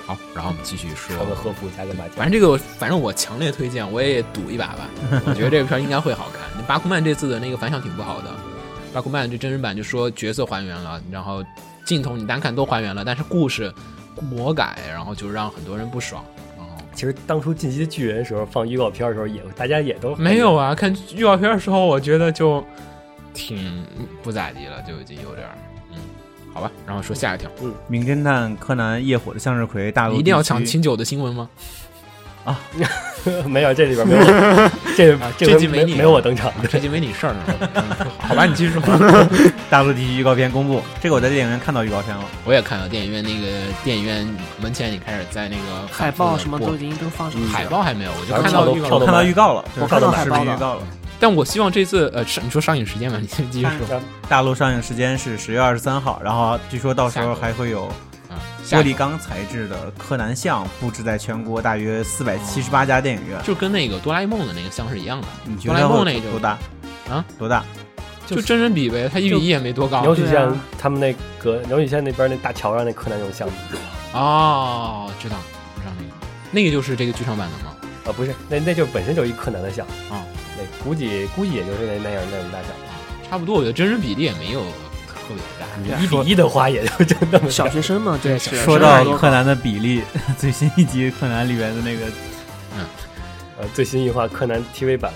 [SPEAKER 2] 好，然后我们继续说。
[SPEAKER 3] 穿个和服加个马甲
[SPEAKER 2] 反。正这个，反正我强烈推荐，我也赌一把吧。我觉得这个片儿应该会好看。那巴库曼这次的那个反响挺不好的，巴库曼这真人版就说角色还原了，然后镜头你单看都还原了，但是故事魔改，然后就让很多人不爽。嗯然后
[SPEAKER 3] 其实当初《进击的巨人》时候放预告片的时候也，大家也都很
[SPEAKER 2] 没有啊，看预告片的时候，我觉得就挺不咋地了，就已经有点儿，嗯，好吧。然后说下一条，
[SPEAKER 4] 名侦探柯南夜火的向日葵大陆
[SPEAKER 2] 一定要
[SPEAKER 4] 地区
[SPEAKER 2] 抢清酒的新闻吗？
[SPEAKER 3] 没有这里边没 有我，这
[SPEAKER 2] 啊
[SPEAKER 3] 回
[SPEAKER 2] 这集没
[SPEAKER 3] 没
[SPEAKER 2] 你啊
[SPEAKER 3] 没有我登场。
[SPEAKER 2] 这就没你事儿了，嗯好吧，你继续说。
[SPEAKER 4] 大陆地区预告片公布，这个我在电影院看到预告片了。
[SPEAKER 2] 我也看到电影院那个电影院门前已经开始在那个
[SPEAKER 5] 海报什么都已嗯
[SPEAKER 2] 的
[SPEAKER 5] 经都放上去
[SPEAKER 2] 嗯
[SPEAKER 5] 了。
[SPEAKER 2] 海报还没有，我就
[SPEAKER 3] 反
[SPEAKER 2] 看
[SPEAKER 3] 正
[SPEAKER 2] 到
[SPEAKER 3] 跳
[SPEAKER 2] 预告
[SPEAKER 3] 都跳
[SPEAKER 2] 了。
[SPEAKER 4] 我
[SPEAKER 3] 都
[SPEAKER 4] 看到
[SPEAKER 3] 买
[SPEAKER 4] 预告了，
[SPEAKER 5] 我看到海
[SPEAKER 4] 视
[SPEAKER 5] 报
[SPEAKER 4] 频
[SPEAKER 5] 了
[SPEAKER 4] 预告了。
[SPEAKER 2] 但我希望这次呃，是你说上映时间 吧，你先继续说。
[SPEAKER 4] 大陆上映时间是十月二十三号，然后据说到时候还会有
[SPEAKER 5] 嗯
[SPEAKER 2] 啊，下
[SPEAKER 4] 玻
[SPEAKER 2] 一
[SPEAKER 4] 璃
[SPEAKER 2] 个
[SPEAKER 4] 钢材质的柯南像布置在全国大约四百七十八家电影院。
[SPEAKER 2] 就跟那个哆啦 A 梦的那个像是一样的
[SPEAKER 4] 你，觉
[SPEAKER 2] 哆啦 A
[SPEAKER 4] 得
[SPEAKER 2] 梦
[SPEAKER 4] 会
[SPEAKER 2] 那
[SPEAKER 4] 多
[SPEAKER 2] 就
[SPEAKER 4] 大？
[SPEAKER 2] 啊，
[SPEAKER 4] 多大？
[SPEAKER 2] 就真人比呗，它一比一也没多高
[SPEAKER 3] 鸟取
[SPEAKER 5] 对
[SPEAKER 3] 县
[SPEAKER 5] 啊
[SPEAKER 3] 他们那个鸟取县那边那大桥上那柯南有像吗？
[SPEAKER 2] 哦，知道，知道那个，那个就是这个剧场版的吗？
[SPEAKER 3] 啊，不是，那那就本身就是一柯南的像，
[SPEAKER 2] 啊，
[SPEAKER 3] 那估计估计也就是那那样那种大小。
[SPEAKER 2] 差不多，我觉得真人比例也没有特别大。
[SPEAKER 3] 一比一的话，也就真的
[SPEAKER 5] 小学生嘛，
[SPEAKER 2] 对
[SPEAKER 5] 这
[SPEAKER 3] 呃
[SPEAKER 5] 是
[SPEAKER 2] 小学生
[SPEAKER 4] 说到柯南的比例， 最新一集柯南里边的那个
[SPEAKER 3] 呃最新一话柯南 TV 版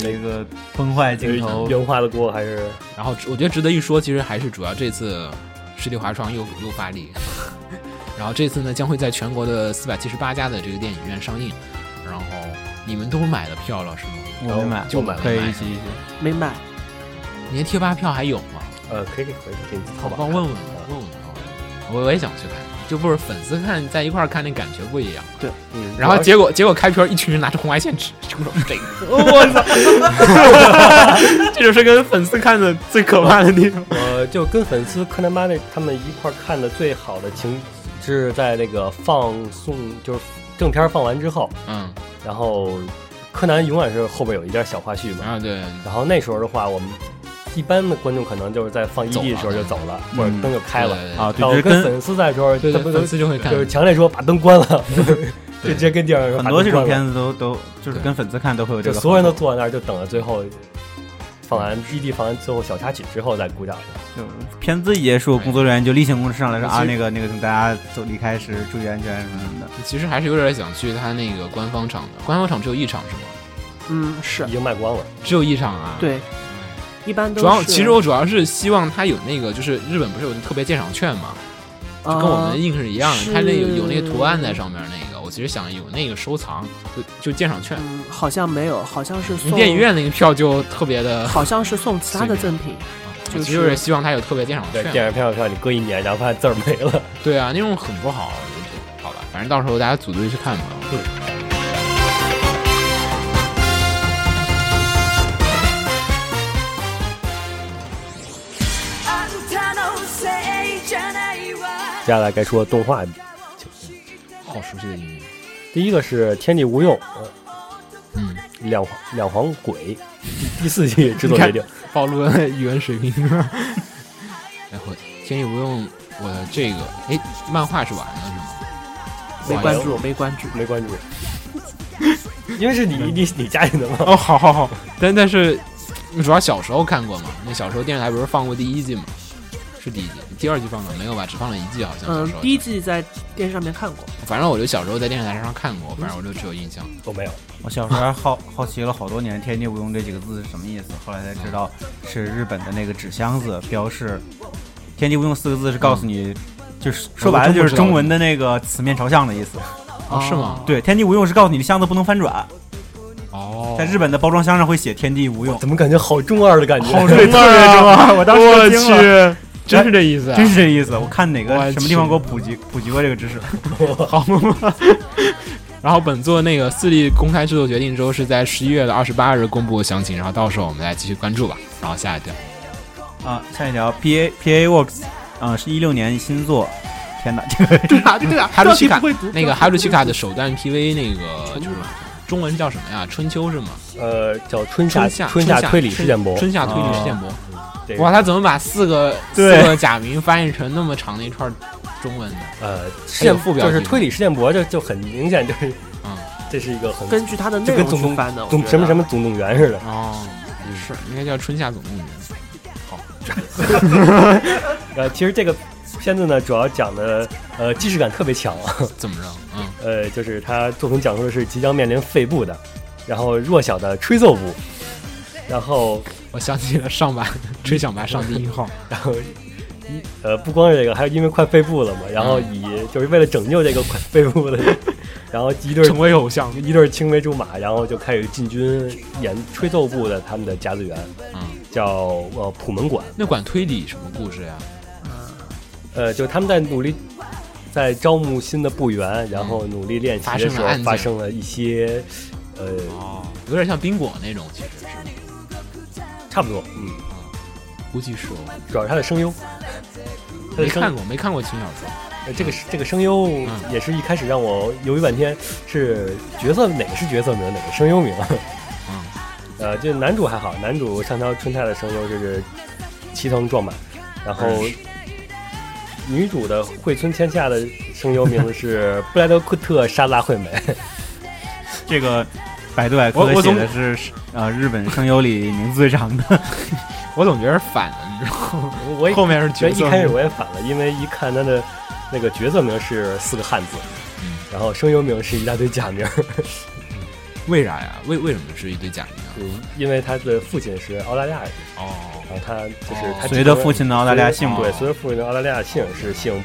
[SPEAKER 4] 有一个崩坏镜头，
[SPEAKER 3] 原画的锅还是
[SPEAKER 2] 然后值我觉得值得一说，其实还是主要这次实力华创又又发力，然后这次呢将会在全国的四百七十八家的这个电影院上映，然后你们都买了票了是吗？
[SPEAKER 4] 我没买，
[SPEAKER 2] 就买
[SPEAKER 4] 可以
[SPEAKER 2] 买
[SPEAKER 4] 一起一起。
[SPEAKER 5] 没买，
[SPEAKER 2] 你的贴吧票还有吗？
[SPEAKER 3] 呃，可以给回给你淘宝
[SPEAKER 2] 帮
[SPEAKER 3] 看
[SPEAKER 2] 问问吧
[SPEAKER 3] 嗯
[SPEAKER 2] 问问吧，我我也想去看，就不是粉丝看在一块儿看那感觉不一样。
[SPEAKER 5] 对，
[SPEAKER 3] 嗯，
[SPEAKER 2] 然后
[SPEAKER 3] 主要是
[SPEAKER 2] 结果结果开篇一群人拿着红外线指，就说这 个，
[SPEAKER 5] 我操！
[SPEAKER 2] 这就是跟粉丝看的最可怕的地方。
[SPEAKER 3] 呃，就跟粉丝看他妈的他们一块儿看的最好的情是在那个放送，就是正片儿放完之后，
[SPEAKER 2] 嗯，
[SPEAKER 3] 然后柯南永远是后边有一点小花絮嘛
[SPEAKER 2] 然，后对，
[SPEAKER 3] 然后那时候的话，我们一般的观众可能就是在放一
[SPEAKER 2] 走
[SPEAKER 3] D
[SPEAKER 2] 了
[SPEAKER 3] 的时候就走了，
[SPEAKER 4] 嗯
[SPEAKER 3] 或者灯就开了。
[SPEAKER 2] 对
[SPEAKER 4] 啊，
[SPEAKER 3] 然
[SPEAKER 4] 对，
[SPEAKER 3] 后
[SPEAKER 4] 就是
[SPEAKER 3] 跟
[SPEAKER 4] 跟
[SPEAKER 3] 粉丝在的时候，
[SPEAKER 2] 对
[SPEAKER 3] 他
[SPEAKER 2] 对，
[SPEAKER 3] 们
[SPEAKER 2] 对
[SPEAKER 3] 都
[SPEAKER 2] 粉丝就会看
[SPEAKER 3] 就。是强烈说把灯关 了，就直接跟电影院说
[SPEAKER 4] 很
[SPEAKER 3] 把
[SPEAKER 4] 多
[SPEAKER 3] 灯
[SPEAKER 4] 这种
[SPEAKER 3] 关了
[SPEAKER 4] 片子都都就是
[SPEAKER 2] 对
[SPEAKER 4] 跟粉丝看都会有这
[SPEAKER 3] 就
[SPEAKER 4] 个好嗯处，
[SPEAKER 3] 所有人都坐在那儿就等着最后放完 ED 放完最后小插曲之后再鼓掌。
[SPEAKER 4] 就片子一结束，工作人员就例行公事上来说
[SPEAKER 2] 其实
[SPEAKER 4] 啊，那个那个，请大家走离开时注意安全什么什么的。
[SPEAKER 2] 其实还是有点想去他那个官方场的，官方场只有一场是吗？
[SPEAKER 5] 嗯，是
[SPEAKER 3] 已经卖光了，
[SPEAKER 2] 只有一场啊？。
[SPEAKER 5] 对，一般都
[SPEAKER 2] 主要
[SPEAKER 5] 是
[SPEAKER 2] 其实我主要是希望他有那个，就是日本不是有特别鉴赏券嘛，就跟我们
[SPEAKER 5] 呃
[SPEAKER 2] 的印是一样的，
[SPEAKER 5] 是
[SPEAKER 2] 他那有有那个图案在上面那个，我其实想有那个收藏，就就鉴赏券。
[SPEAKER 5] 嗯，好像没有，好像是送
[SPEAKER 2] 电影，院那个票就特别的，
[SPEAKER 5] 好像是送其他的
[SPEAKER 2] 随
[SPEAKER 5] 赠品。
[SPEAKER 2] 我
[SPEAKER 5] 就
[SPEAKER 2] 其实就是
[SPEAKER 5] 是
[SPEAKER 2] 希望他有特别鉴赏
[SPEAKER 3] 对，
[SPEAKER 4] 啊
[SPEAKER 2] 券。
[SPEAKER 3] 电影票上你搁一年，然后发现字儿没了。
[SPEAKER 2] 对啊，那种很不好，我觉得好吧，反正到时候大家组队去看吧。
[SPEAKER 6] あんたのせいじゃないわ
[SPEAKER 3] 接下来该说动画，
[SPEAKER 2] 好熟悉的音乐，
[SPEAKER 3] 第一个是《天地无用》，呃
[SPEAKER 2] 嗯，
[SPEAKER 3] 两黄两黄鬼，第四季制作决定。
[SPEAKER 2] 暴露了语文水平。 哎，我天意无用，我的这个哎，漫画是完了是吗？
[SPEAKER 5] 没关
[SPEAKER 2] 哎
[SPEAKER 5] 注，没关注。
[SPEAKER 3] 没关注，因为是你你你家里的嘛。
[SPEAKER 2] 哦，好好好，但但是主要小时候看过嘛，那小时候电视台不是放过第一季嘛？是第一季，第二季放了没有吧？只放了一季，好像。小
[SPEAKER 5] 嗯
[SPEAKER 2] 时，候
[SPEAKER 5] 第一季在电视上面看过，
[SPEAKER 2] 反正我就小时候在电视台上看过，反正我就只有印象。
[SPEAKER 3] 我没有，
[SPEAKER 4] 我小时候还好 好奇了好多年“天地无用”这几个字是什么意思，后来才知道是日本的那个纸箱子标示“天地无用”四个字是告诉
[SPEAKER 3] 嗯
[SPEAKER 4] 你，就是说白了就是中文的那个词面朝向的意思。
[SPEAKER 2] 哦，是吗？
[SPEAKER 4] 对，“天地无用”是告诉你箱子不能翻转，
[SPEAKER 2] 哦，
[SPEAKER 4] 在日本的包装箱上会写“天地无用
[SPEAKER 3] 怎么感觉好中二的感觉？好”，
[SPEAKER 4] 对，特别 中二。我当时就惊了，
[SPEAKER 2] 真是这意思啊！
[SPEAKER 5] 哎
[SPEAKER 4] 真是这意思。我看哪
[SPEAKER 2] 我
[SPEAKER 4] 个什
[SPEAKER 2] 去
[SPEAKER 4] 么地方给我普及普及过这个知识？
[SPEAKER 2] 好。然后本作那个四例公开制作决定之后是在十一月的二十八日公布详情，然后到时候我们来继续关注吧。然后下一条，
[SPEAKER 4] 啊，下一条 P A P A Works，啊、是一六年新作。天哪，这个
[SPEAKER 5] 啊，对啊，
[SPEAKER 2] 哈鲁奇卡
[SPEAKER 5] 不会读
[SPEAKER 2] 那个哈鲁奇卡的首弹 PV 那个就是中文是叫什么呀？春秋是吗？
[SPEAKER 3] 呃，叫春夏
[SPEAKER 2] 春夏
[SPEAKER 3] 夏
[SPEAKER 2] 夏
[SPEAKER 3] 推理事件簿。
[SPEAKER 2] 春夏推理事件簿。
[SPEAKER 3] 这个
[SPEAKER 2] 哇，他怎么把四个四
[SPEAKER 4] 对
[SPEAKER 2] 个假名翻译成那么长的一串中文呢？
[SPEAKER 3] 呃，事
[SPEAKER 2] 还有
[SPEAKER 3] 件
[SPEAKER 2] 副标
[SPEAKER 3] 就
[SPEAKER 2] 题
[SPEAKER 3] 是
[SPEAKER 2] 吗
[SPEAKER 3] 推理事件簿，这就很明显就是，
[SPEAKER 2] 嗯
[SPEAKER 3] 这是一个很
[SPEAKER 5] 根据它的
[SPEAKER 3] 就
[SPEAKER 5] 内
[SPEAKER 3] 跟
[SPEAKER 5] 容
[SPEAKER 3] 总
[SPEAKER 5] 去
[SPEAKER 3] 动
[SPEAKER 5] 翻的，我
[SPEAKER 3] 总
[SPEAKER 5] 觉
[SPEAKER 3] 什么
[SPEAKER 5] 得啊
[SPEAKER 3] 什么总动员似的。
[SPEAKER 2] 哦，是应该叫春夏总动员。好，
[SPEAKER 3] 呃，其实这个片子呢，主要讲的呃，既视感特别强。
[SPEAKER 2] 怎么着？嗯，
[SPEAKER 3] 呃，就是他作品讲述的是即将面临废部的，然后弱小的吹奏部，然后
[SPEAKER 2] 我想起了上把吹响吧上帝一号。
[SPEAKER 3] 然后一呃，不光是这个，还有因为快废部了嘛，然后以就是为了拯救这个快废部的 人，然后一对
[SPEAKER 2] 成为偶像。
[SPEAKER 3] 一对青梅竹马，然后就开始进军演吹奏部的他们的甲子园，
[SPEAKER 2] 嗯，
[SPEAKER 3] 叫呃普门馆，
[SPEAKER 2] 那管推理什么故事呀？
[SPEAKER 3] 呃，就是他们在努力。在招募新的部员，然后努力练习的
[SPEAKER 2] 发
[SPEAKER 3] 时候
[SPEAKER 2] 生了案件，
[SPEAKER 3] 发生了一些，呃，
[SPEAKER 2] 哦，有点像冰果那种，其实是吗，
[SPEAKER 3] 差不多，嗯，
[SPEAKER 2] 估计是我
[SPEAKER 3] 主要是他的声优，他
[SPEAKER 2] 没
[SPEAKER 3] 的声
[SPEAKER 2] 看过，嗯没看过轻小说。
[SPEAKER 3] 呃，这个是这个声优也是一开始让我犹豫半天，是角色哪个是角色名，哪个声优名？
[SPEAKER 2] 嗯，
[SPEAKER 3] 呃，就男主还好，男主上条春太的声优就是齐藤壮满，然后
[SPEAKER 2] 嗯
[SPEAKER 3] 女主的惠村千夏的声优名 字是布莱德库特沙拉惠美。
[SPEAKER 4] 这个百度百科
[SPEAKER 2] 我我
[SPEAKER 4] 写
[SPEAKER 2] 总
[SPEAKER 4] 的是呃日本声优里名字最长的，
[SPEAKER 2] 我总觉得是反的，你知道吗？
[SPEAKER 3] 我也
[SPEAKER 2] 后面是角色
[SPEAKER 3] 一开始我也反了，因为一看他的那个角色名是四个汉字，
[SPEAKER 2] 嗯
[SPEAKER 3] 然后声优名是一大堆假名。
[SPEAKER 2] 为啥呀？为为什么是一堆假名啊？
[SPEAKER 3] 嗯，因为他的父亲是澳大利亚人，
[SPEAKER 2] 哦，
[SPEAKER 3] 然后他就是他
[SPEAKER 4] 随着父亲的澳
[SPEAKER 3] 澳
[SPEAKER 4] 大利亚姓
[SPEAKER 2] 嘛
[SPEAKER 3] 对，随着父亲的澳大利亚姓是姓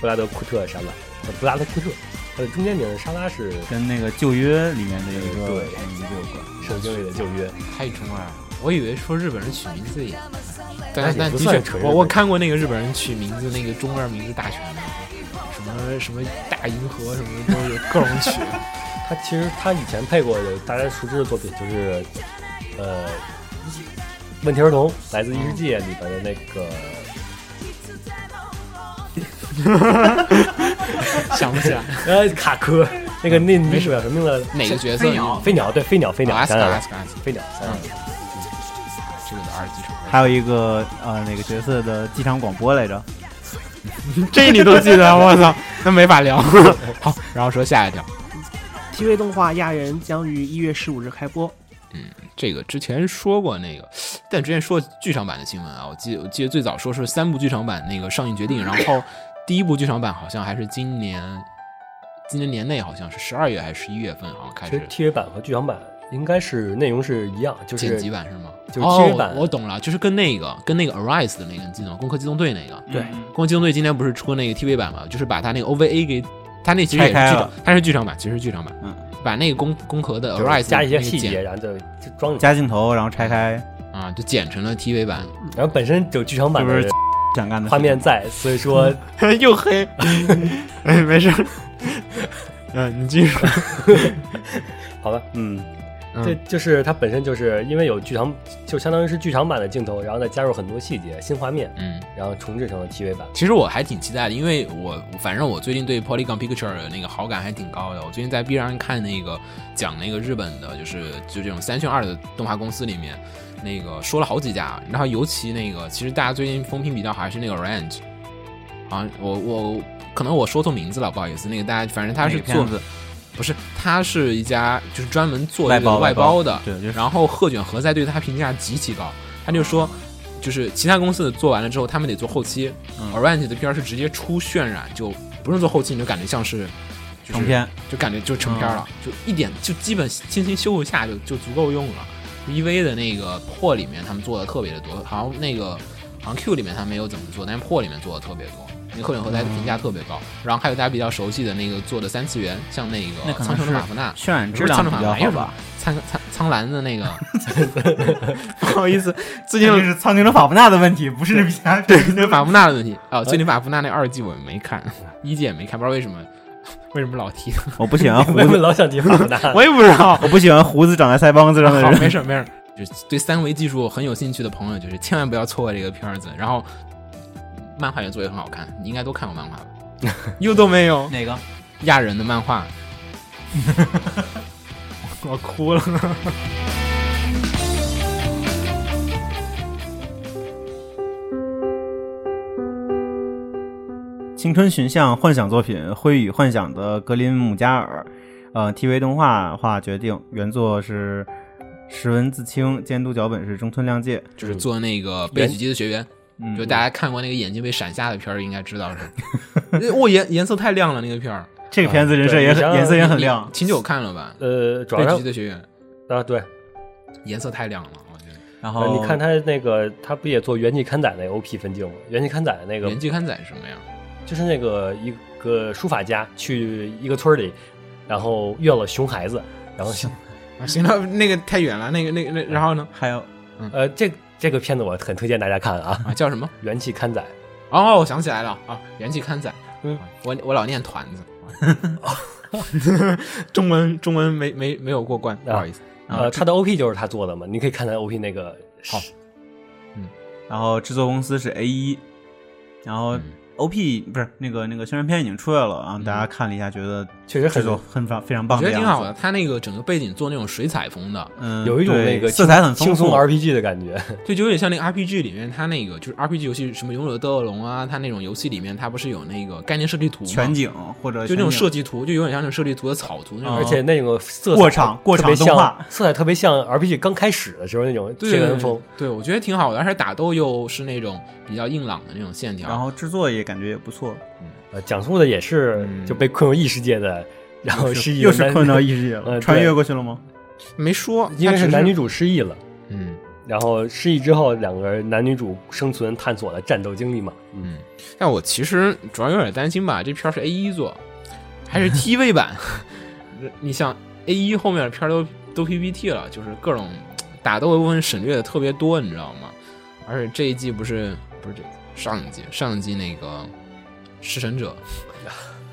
[SPEAKER 3] 布拉德库特啥的，布拉德库特，它的中间名莎拉是
[SPEAKER 4] 跟那个旧约里面的有一个嗯
[SPEAKER 3] 对
[SPEAKER 4] 名字有关。
[SPEAKER 3] 圣经里的旧约，
[SPEAKER 2] 哦太中二了。我以为说日本人取名字也，
[SPEAKER 3] 那
[SPEAKER 2] 但
[SPEAKER 3] 也
[SPEAKER 2] 但
[SPEAKER 3] 不
[SPEAKER 2] 的
[SPEAKER 3] 算
[SPEAKER 2] 确
[SPEAKER 3] 纯，日
[SPEAKER 2] 我
[SPEAKER 3] 本
[SPEAKER 2] 我看过那个日本人取名字那个中二名字大全，什么什么大银河什么都有各种取。
[SPEAKER 3] 它其实它以前配过的大家熟知的作品就是，呃，问题儿童来自异世界里边的那个
[SPEAKER 2] 想不起来
[SPEAKER 3] 呃卡科，那个那女主叫什么名字来着？
[SPEAKER 2] 哪个角色
[SPEAKER 4] 飞鸟
[SPEAKER 3] 飞鸟对飞鸟飞鸟，
[SPEAKER 2] 阿斯
[SPEAKER 3] 想
[SPEAKER 2] 卡
[SPEAKER 3] 想
[SPEAKER 2] 阿
[SPEAKER 3] 来
[SPEAKER 2] 斯卡，嗯
[SPEAKER 3] 飞鸟，想想来
[SPEAKER 2] 这个的二级成
[SPEAKER 4] 还有一个呃哪个角色的机场广播来着？
[SPEAKER 2] 分，这你都记得，我操，那没法聊。 好，然后说下一条，
[SPEAKER 5] TV 动画《亚人》将于一月十五日开播。
[SPEAKER 2] 这个之前说过那个，但之前说剧场版的新闻啊，我记我记得最早说是三部剧场版那个上映决定，然 后第一部剧场版好像还是今年，今年年内好像是十二月还是十一月份好像开
[SPEAKER 3] 其实
[SPEAKER 2] 始
[SPEAKER 3] TV 版和剧场版应该是内容是一样，就是
[SPEAKER 2] 剪辑版是吗？
[SPEAKER 3] 就是
[SPEAKER 2] 哦
[SPEAKER 3] TV 版，
[SPEAKER 2] 我我懂了，就是跟那个跟那个 Arise 的那个，你记得吗？攻壳机动队那个，
[SPEAKER 3] 嗯
[SPEAKER 5] 对
[SPEAKER 2] 攻壳机动队今年不是出那个 TV 版嘛，就是把它那个 OVA 给。它那其实也是
[SPEAKER 4] 拆
[SPEAKER 2] 剧
[SPEAKER 4] 开
[SPEAKER 2] 场
[SPEAKER 4] 了，
[SPEAKER 2] 它是剧场版，其实是剧场版，
[SPEAKER 4] 嗯，
[SPEAKER 2] 把那个攻攻壳的
[SPEAKER 3] 就是
[SPEAKER 2] Arise
[SPEAKER 3] 呃加一些
[SPEAKER 2] 那个
[SPEAKER 3] 细
[SPEAKER 2] 剪
[SPEAKER 3] 节，然后就就装进去。
[SPEAKER 4] 加镜头，然后拆开，
[SPEAKER 2] 啊，就剪成了 TV 版，
[SPEAKER 3] 然后本身就剧场版
[SPEAKER 4] 就
[SPEAKER 3] 的
[SPEAKER 4] 是想干的事
[SPEAKER 3] 画面在，所以
[SPEAKER 2] 嗯
[SPEAKER 3] 说
[SPEAKER 2] 又黑， 哎，没事。嗯，你继续。
[SPEAKER 3] 好吧，
[SPEAKER 4] 嗯，
[SPEAKER 3] 这就是它本身就是因为有剧场，就相当于是剧场版的镜头，然后再加入很多细节、新画面，
[SPEAKER 2] 嗯，
[SPEAKER 3] 然后重制成了 TV 版。
[SPEAKER 2] 其实我还挺期待的，因为我反正我最近对 Polygon Picture 的那个好感还挺高的。我最近在 B 站上看那个讲那个日本的，就是就这种三选二的动画公司里面，那个说了好几家，然后尤其那个其实大家最近风评比较好还是那个 Range，好像我我可能我说错名字了，不好意思。那个大家反正他
[SPEAKER 4] 哪
[SPEAKER 2] 是
[SPEAKER 4] 个
[SPEAKER 2] 做
[SPEAKER 4] 片子
[SPEAKER 2] 不是，他是一家就是专门做
[SPEAKER 4] 外
[SPEAKER 2] 这个
[SPEAKER 4] 包
[SPEAKER 2] 外
[SPEAKER 4] 外包
[SPEAKER 2] 包的，
[SPEAKER 4] 对 就是
[SPEAKER 2] 然后贺卷和在对他评价极其高，他就说，就是其他公司做完了之后，他们得做后期、
[SPEAKER 4] 嗯
[SPEAKER 2] o r a n g e 的片儿是直接出渲染，就不用做后期，你就感觉像是、就是、
[SPEAKER 4] 成，片，嗯
[SPEAKER 2] 就感觉就成片了，就一点就基本轻轻修一下就就足够用了。EV 的那个破里面他们做的特别的多，好像那个好像 Q 里面他没有怎么做，但是破里面做的特别多。那个贺卷和在的评价特别高，然后还有大家比较熟悉的那个做的三次元，像那
[SPEAKER 4] 嗯那
[SPEAKER 2] 个
[SPEAKER 4] 可
[SPEAKER 2] 苍
[SPEAKER 4] 能
[SPEAKER 2] 穹
[SPEAKER 4] 是
[SPEAKER 2] 的马夫纳，
[SPEAKER 4] 渲染
[SPEAKER 2] 不
[SPEAKER 4] 质
[SPEAKER 2] 是
[SPEAKER 4] 量
[SPEAKER 2] 苍
[SPEAKER 4] 比
[SPEAKER 2] 穹马
[SPEAKER 4] 较
[SPEAKER 2] 夫纳
[SPEAKER 4] 好吧？？
[SPEAKER 2] 苍苍苍蓝的那 个，不好意思，最近
[SPEAKER 4] 这是苍穹的法布纳的问题，不是比他对
[SPEAKER 2] 那马夫纳的问题啊，最近马夫纳那二季我没看，一季也没看，不知道为什么， 为什么老提，
[SPEAKER 4] 我不喜欢胡
[SPEAKER 3] 为什么
[SPEAKER 4] 子，
[SPEAKER 3] 老想提法布纳？嗯
[SPEAKER 2] 我也不知道。
[SPEAKER 4] 我不喜欢胡子长在腮帮子上的
[SPEAKER 2] 好，
[SPEAKER 4] 人。
[SPEAKER 2] 没事儿没事儿，就是对三维技术很有兴趣的朋友，就是千万不要错过这个片儿子。然后，漫画原作也很好看，你应该都看过漫画吧？又都没有
[SPEAKER 4] 哪个？
[SPEAKER 2] 亚人的漫画，我哭了。
[SPEAKER 4] 青春寻像幻想作品《灰与幻想》的格林姆加尔，呃，TV 动画化决定，原作是石文自清，监督脚本是中村亮介。
[SPEAKER 2] 就是做那个被狙击的学员，
[SPEAKER 4] 嗯
[SPEAKER 2] 就大家看过那个眼睛被闪瞎的片儿，应该知道 是。我颜颜色太亮了，那个片儿
[SPEAKER 4] 这个片子人设也很、
[SPEAKER 3] 对
[SPEAKER 4] 颜色也很
[SPEAKER 2] 你
[SPEAKER 4] 亮，
[SPEAKER 2] 秦九看了吧？
[SPEAKER 3] 呃，主
[SPEAKER 2] 被
[SPEAKER 3] 要
[SPEAKER 2] 狙击
[SPEAKER 3] 上
[SPEAKER 2] 的学哦员
[SPEAKER 3] 啊，对，
[SPEAKER 2] 颜色太亮了，我觉得。
[SPEAKER 3] 呃
[SPEAKER 4] 然后
[SPEAKER 3] 你看他那个，他不也做元气刊载那个 OP 分镜吗？元气刊载那个
[SPEAKER 2] 原季刊载是什么呀？
[SPEAKER 3] 就是那个一个书法家去一个村儿里，然后要了熊孩子，然后想
[SPEAKER 2] 啊，行了， 那个太远了，那个那个那，然后呢？
[SPEAKER 4] 还有
[SPEAKER 3] 呃，这这个片子我很推荐大家看啊，
[SPEAKER 2] 啊，叫什么？
[SPEAKER 3] 《元气刊载
[SPEAKER 2] 哦，我想起来了啊，元气刊载。
[SPEAKER 3] 嗯，
[SPEAKER 2] 我我老念团子。 中文中文没没没有过关，不好意思。》，
[SPEAKER 4] 啊
[SPEAKER 3] 呃，他的 OP 就是他做的嘛，你可以看他 OP 那个
[SPEAKER 2] 好
[SPEAKER 4] 嗯然后制作公司是 A 一，然后
[SPEAKER 2] 嗯
[SPEAKER 4] OP 不是那个那个宣传片已经出来了啊，大家看了一下，觉得
[SPEAKER 3] 确实很
[SPEAKER 4] 制作很非常非常
[SPEAKER 2] 我
[SPEAKER 3] 啊
[SPEAKER 4] 棒
[SPEAKER 2] 觉
[SPEAKER 4] 的
[SPEAKER 2] 得
[SPEAKER 4] 样
[SPEAKER 2] 挺
[SPEAKER 4] 子，
[SPEAKER 2] 好的，他那个整个背景做那种水彩风的，
[SPEAKER 4] 嗯，
[SPEAKER 3] 有一种
[SPEAKER 4] 对
[SPEAKER 3] 那个
[SPEAKER 4] 色彩很丰
[SPEAKER 3] 轻
[SPEAKER 4] 富啊
[SPEAKER 3] 松 RPG 的感觉，
[SPEAKER 2] 对，就有点像那个 RPG 里面，它那个就是 RPG 游戏，什么《勇者斗恶龙》啊，它那种游戏里面，它不是有那个概念设计图吗？
[SPEAKER 4] 全景或者
[SPEAKER 2] 就那种
[SPEAKER 4] 全景
[SPEAKER 2] 设计图，就有点像那种设计图的草图那种。
[SPEAKER 4] 啊
[SPEAKER 3] 而且那个色彩
[SPEAKER 4] 过场过
[SPEAKER 3] 特别
[SPEAKER 4] 场动画
[SPEAKER 3] 像，色彩特别像 RPG 刚开始的时候那种
[SPEAKER 2] 对
[SPEAKER 3] 田
[SPEAKER 2] 对
[SPEAKER 3] 园
[SPEAKER 2] 对
[SPEAKER 3] 风，，
[SPEAKER 2] 对我觉得挺好的，而且打斗又是那种比较硬朗的那种线条。
[SPEAKER 4] 然后制作也感觉也不错，
[SPEAKER 3] 呃，讲述的也是
[SPEAKER 2] 嗯
[SPEAKER 3] 就被困入异世界的，然后失忆
[SPEAKER 4] 又
[SPEAKER 3] 了
[SPEAKER 4] 是
[SPEAKER 3] 男
[SPEAKER 4] 困到异世界 了，
[SPEAKER 3] 呃
[SPEAKER 4] 穿
[SPEAKER 3] 对
[SPEAKER 4] 越过去了吗？
[SPEAKER 2] 没说，
[SPEAKER 3] 因为
[SPEAKER 2] 它
[SPEAKER 3] 是
[SPEAKER 2] 只
[SPEAKER 3] 男女，主失忆了。
[SPEAKER 2] 嗯
[SPEAKER 3] 然后失忆之后，两个男女主生存探索的战斗经历嘛。
[SPEAKER 2] 嗯。但我其实主要有点担心吧，这片儿是 A 一做，还是 TV 版。 你想 A 一后面的片儿都都 PPT 了，就是各种打斗的部分省略的特别多，你知道吗？而且这一季不是不是这一季上一季上一季那个弑神者，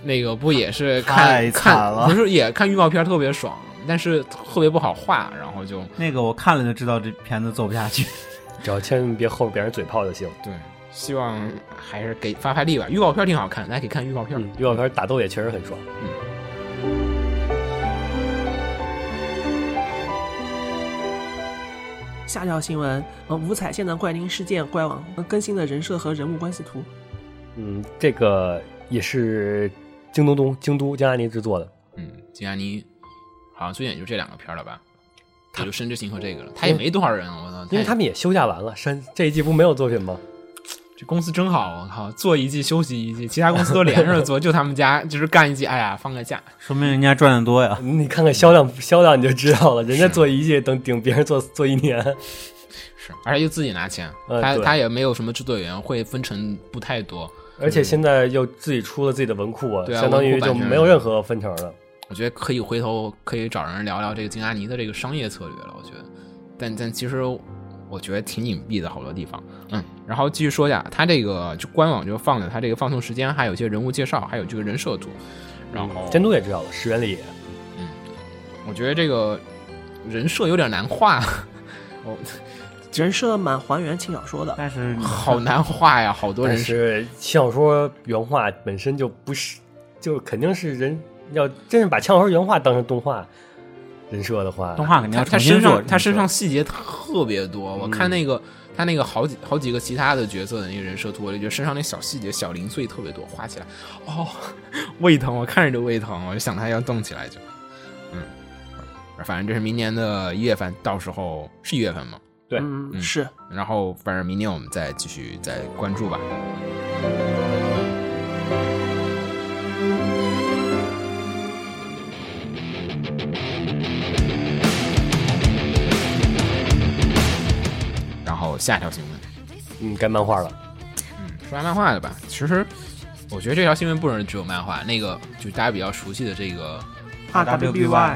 [SPEAKER 2] 那个不也 是看
[SPEAKER 4] 太惨
[SPEAKER 2] 看
[SPEAKER 4] 了
[SPEAKER 2] 不是也看预告片儿特别爽，但是特别不好画，然后就
[SPEAKER 4] 那个我看了就知道这片子做不下 去。
[SPEAKER 3] 只要千万别后边别人嘴炮就行。
[SPEAKER 2] 对，希望还是给发发力吧。预告片儿挺好看，大家可以看预告片儿。
[SPEAKER 3] 嗯，预告片打斗也确实很爽。
[SPEAKER 5] 下条新闻，呃，五彩线的怪灵事件怪网呃更新的人设和人物关系图，
[SPEAKER 3] 嗯，这个也是京东东京都江安妮制作的，
[SPEAKER 2] 嗯，金安妮好像最近也就这两个片儿了吧，也就《深之行》和这个了。他也没多少人啊，我操！
[SPEAKER 3] 因
[SPEAKER 2] 也
[SPEAKER 3] 为他们也休假完了，删这一季不没有作品吗？
[SPEAKER 2] 这公司真好，我靠，做一季休息一季，其他公司都连着 做，就他们家就是干一季，哎呀，放个假。
[SPEAKER 4] 说明人家赚的多呀。
[SPEAKER 3] 你看看销量销量你就知道了，人家做一季等顶别人做做一年。
[SPEAKER 2] 是，而且就自己拿钱，
[SPEAKER 3] 呃
[SPEAKER 2] 他
[SPEAKER 3] 对
[SPEAKER 2] 他也没有什么制作委员会，分成不太多。
[SPEAKER 3] 而且现在又自己出了自己的文库啊，
[SPEAKER 2] 对啊
[SPEAKER 3] 相当
[SPEAKER 2] 文
[SPEAKER 3] 于
[SPEAKER 2] 库
[SPEAKER 3] 就
[SPEAKER 2] 版权
[SPEAKER 3] 没有任何分成了。
[SPEAKER 2] 我觉得可以回头可以找人聊聊这个金阿尼的这个商业策略了。我觉得，但但其实我觉得挺隐蔽的好多地方。嗯，然后继续说一下，他这个就官网就放了他这个放送时间，还有一些人物介绍，还有这个人设图。然后
[SPEAKER 3] 监督也知道了，石原里也
[SPEAKER 2] 我觉得这个人设有点难画，
[SPEAKER 5] 人设蛮还原轻小说的。
[SPEAKER 4] 但是你
[SPEAKER 2] 好难画呀，好多
[SPEAKER 3] 但
[SPEAKER 2] 人设。
[SPEAKER 3] 是轻小说原画本身就不是，就肯定是人要真是把轻小说原画当成动画人设的话，
[SPEAKER 4] 动画肯
[SPEAKER 2] 他
[SPEAKER 4] 定要
[SPEAKER 2] 他
[SPEAKER 4] 重
[SPEAKER 2] 身
[SPEAKER 4] 新做。
[SPEAKER 2] 上他身上细节特别多，我
[SPEAKER 4] 嗯
[SPEAKER 2] 看那个他那个好几好几个其他的角色的那个人设图，我就觉得身上那小细节、小零碎特别多，画起来哦，胃疼，我看着就胃疼，我就想他要动起来就，嗯，反正这是明年的一月份，到时候是一月份吗？
[SPEAKER 3] 对
[SPEAKER 5] 嗯，
[SPEAKER 2] 嗯
[SPEAKER 5] 是
[SPEAKER 2] 然后反正明年我们再继续再关注吧。然后下一条新闻，
[SPEAKER 3] 嗯，该漫画了。
[SPEAKER 2] 嗯，说下漫画的吧。其实我觉得这条新闻不能只有漫画，那个就大家比较熟悉的这个，
[SPEAKER 4] 嗯
[SPEAKER 5] RWBY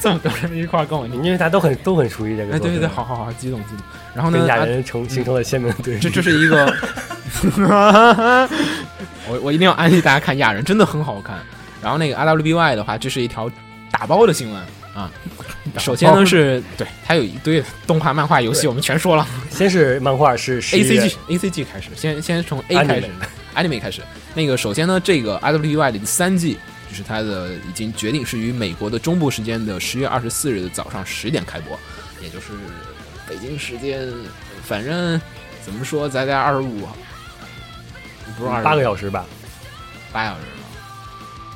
[SPEAKER 2] 这么多人一块儿跟我念，
[SPEAKER 3] 因为大家都很都很熟悉这个
[SPEAKER 2] 哎，
[SPEAKER 3] 作
[SPEAKER 2] 对对
[SPEAKER 3] 品，
[SPEAKER 2] 对，好好好，激动激动。然后呢
[SPEAKER 3] 跟，亚
[SPEAKER 2] 啊
[SPEAKER 3] 人成形成了鲜明的对比。
[SPEAKER 2] 这这是一个，我我一定要安利大家看亚人，真的很好看。然后那个 RWBY 的话，这是一条打包的新闻啊。首先呢是对它有一堆动画、漫画、游戏，我们全说了。
[SPEAKER 3] 先是漫画是十
[SPEAKER 2] A
[SPEAKER 3] 一
[SPEAKER 2] C
[SPEAKER 3] 月
[SPEAKER 2] G A C G 开始，先先从 A 开始 anime 开始。那个首先呢，这个 RWBY 的第三季就是它的已经决定是于美国的中部时间的十月二十四日的早上十点开播，也就是北京时间，反正怎么说，咱在二十五，不是二十
[SPEAKER 3] 八个小时吧，
[SPEAKER 2] 八小时吗？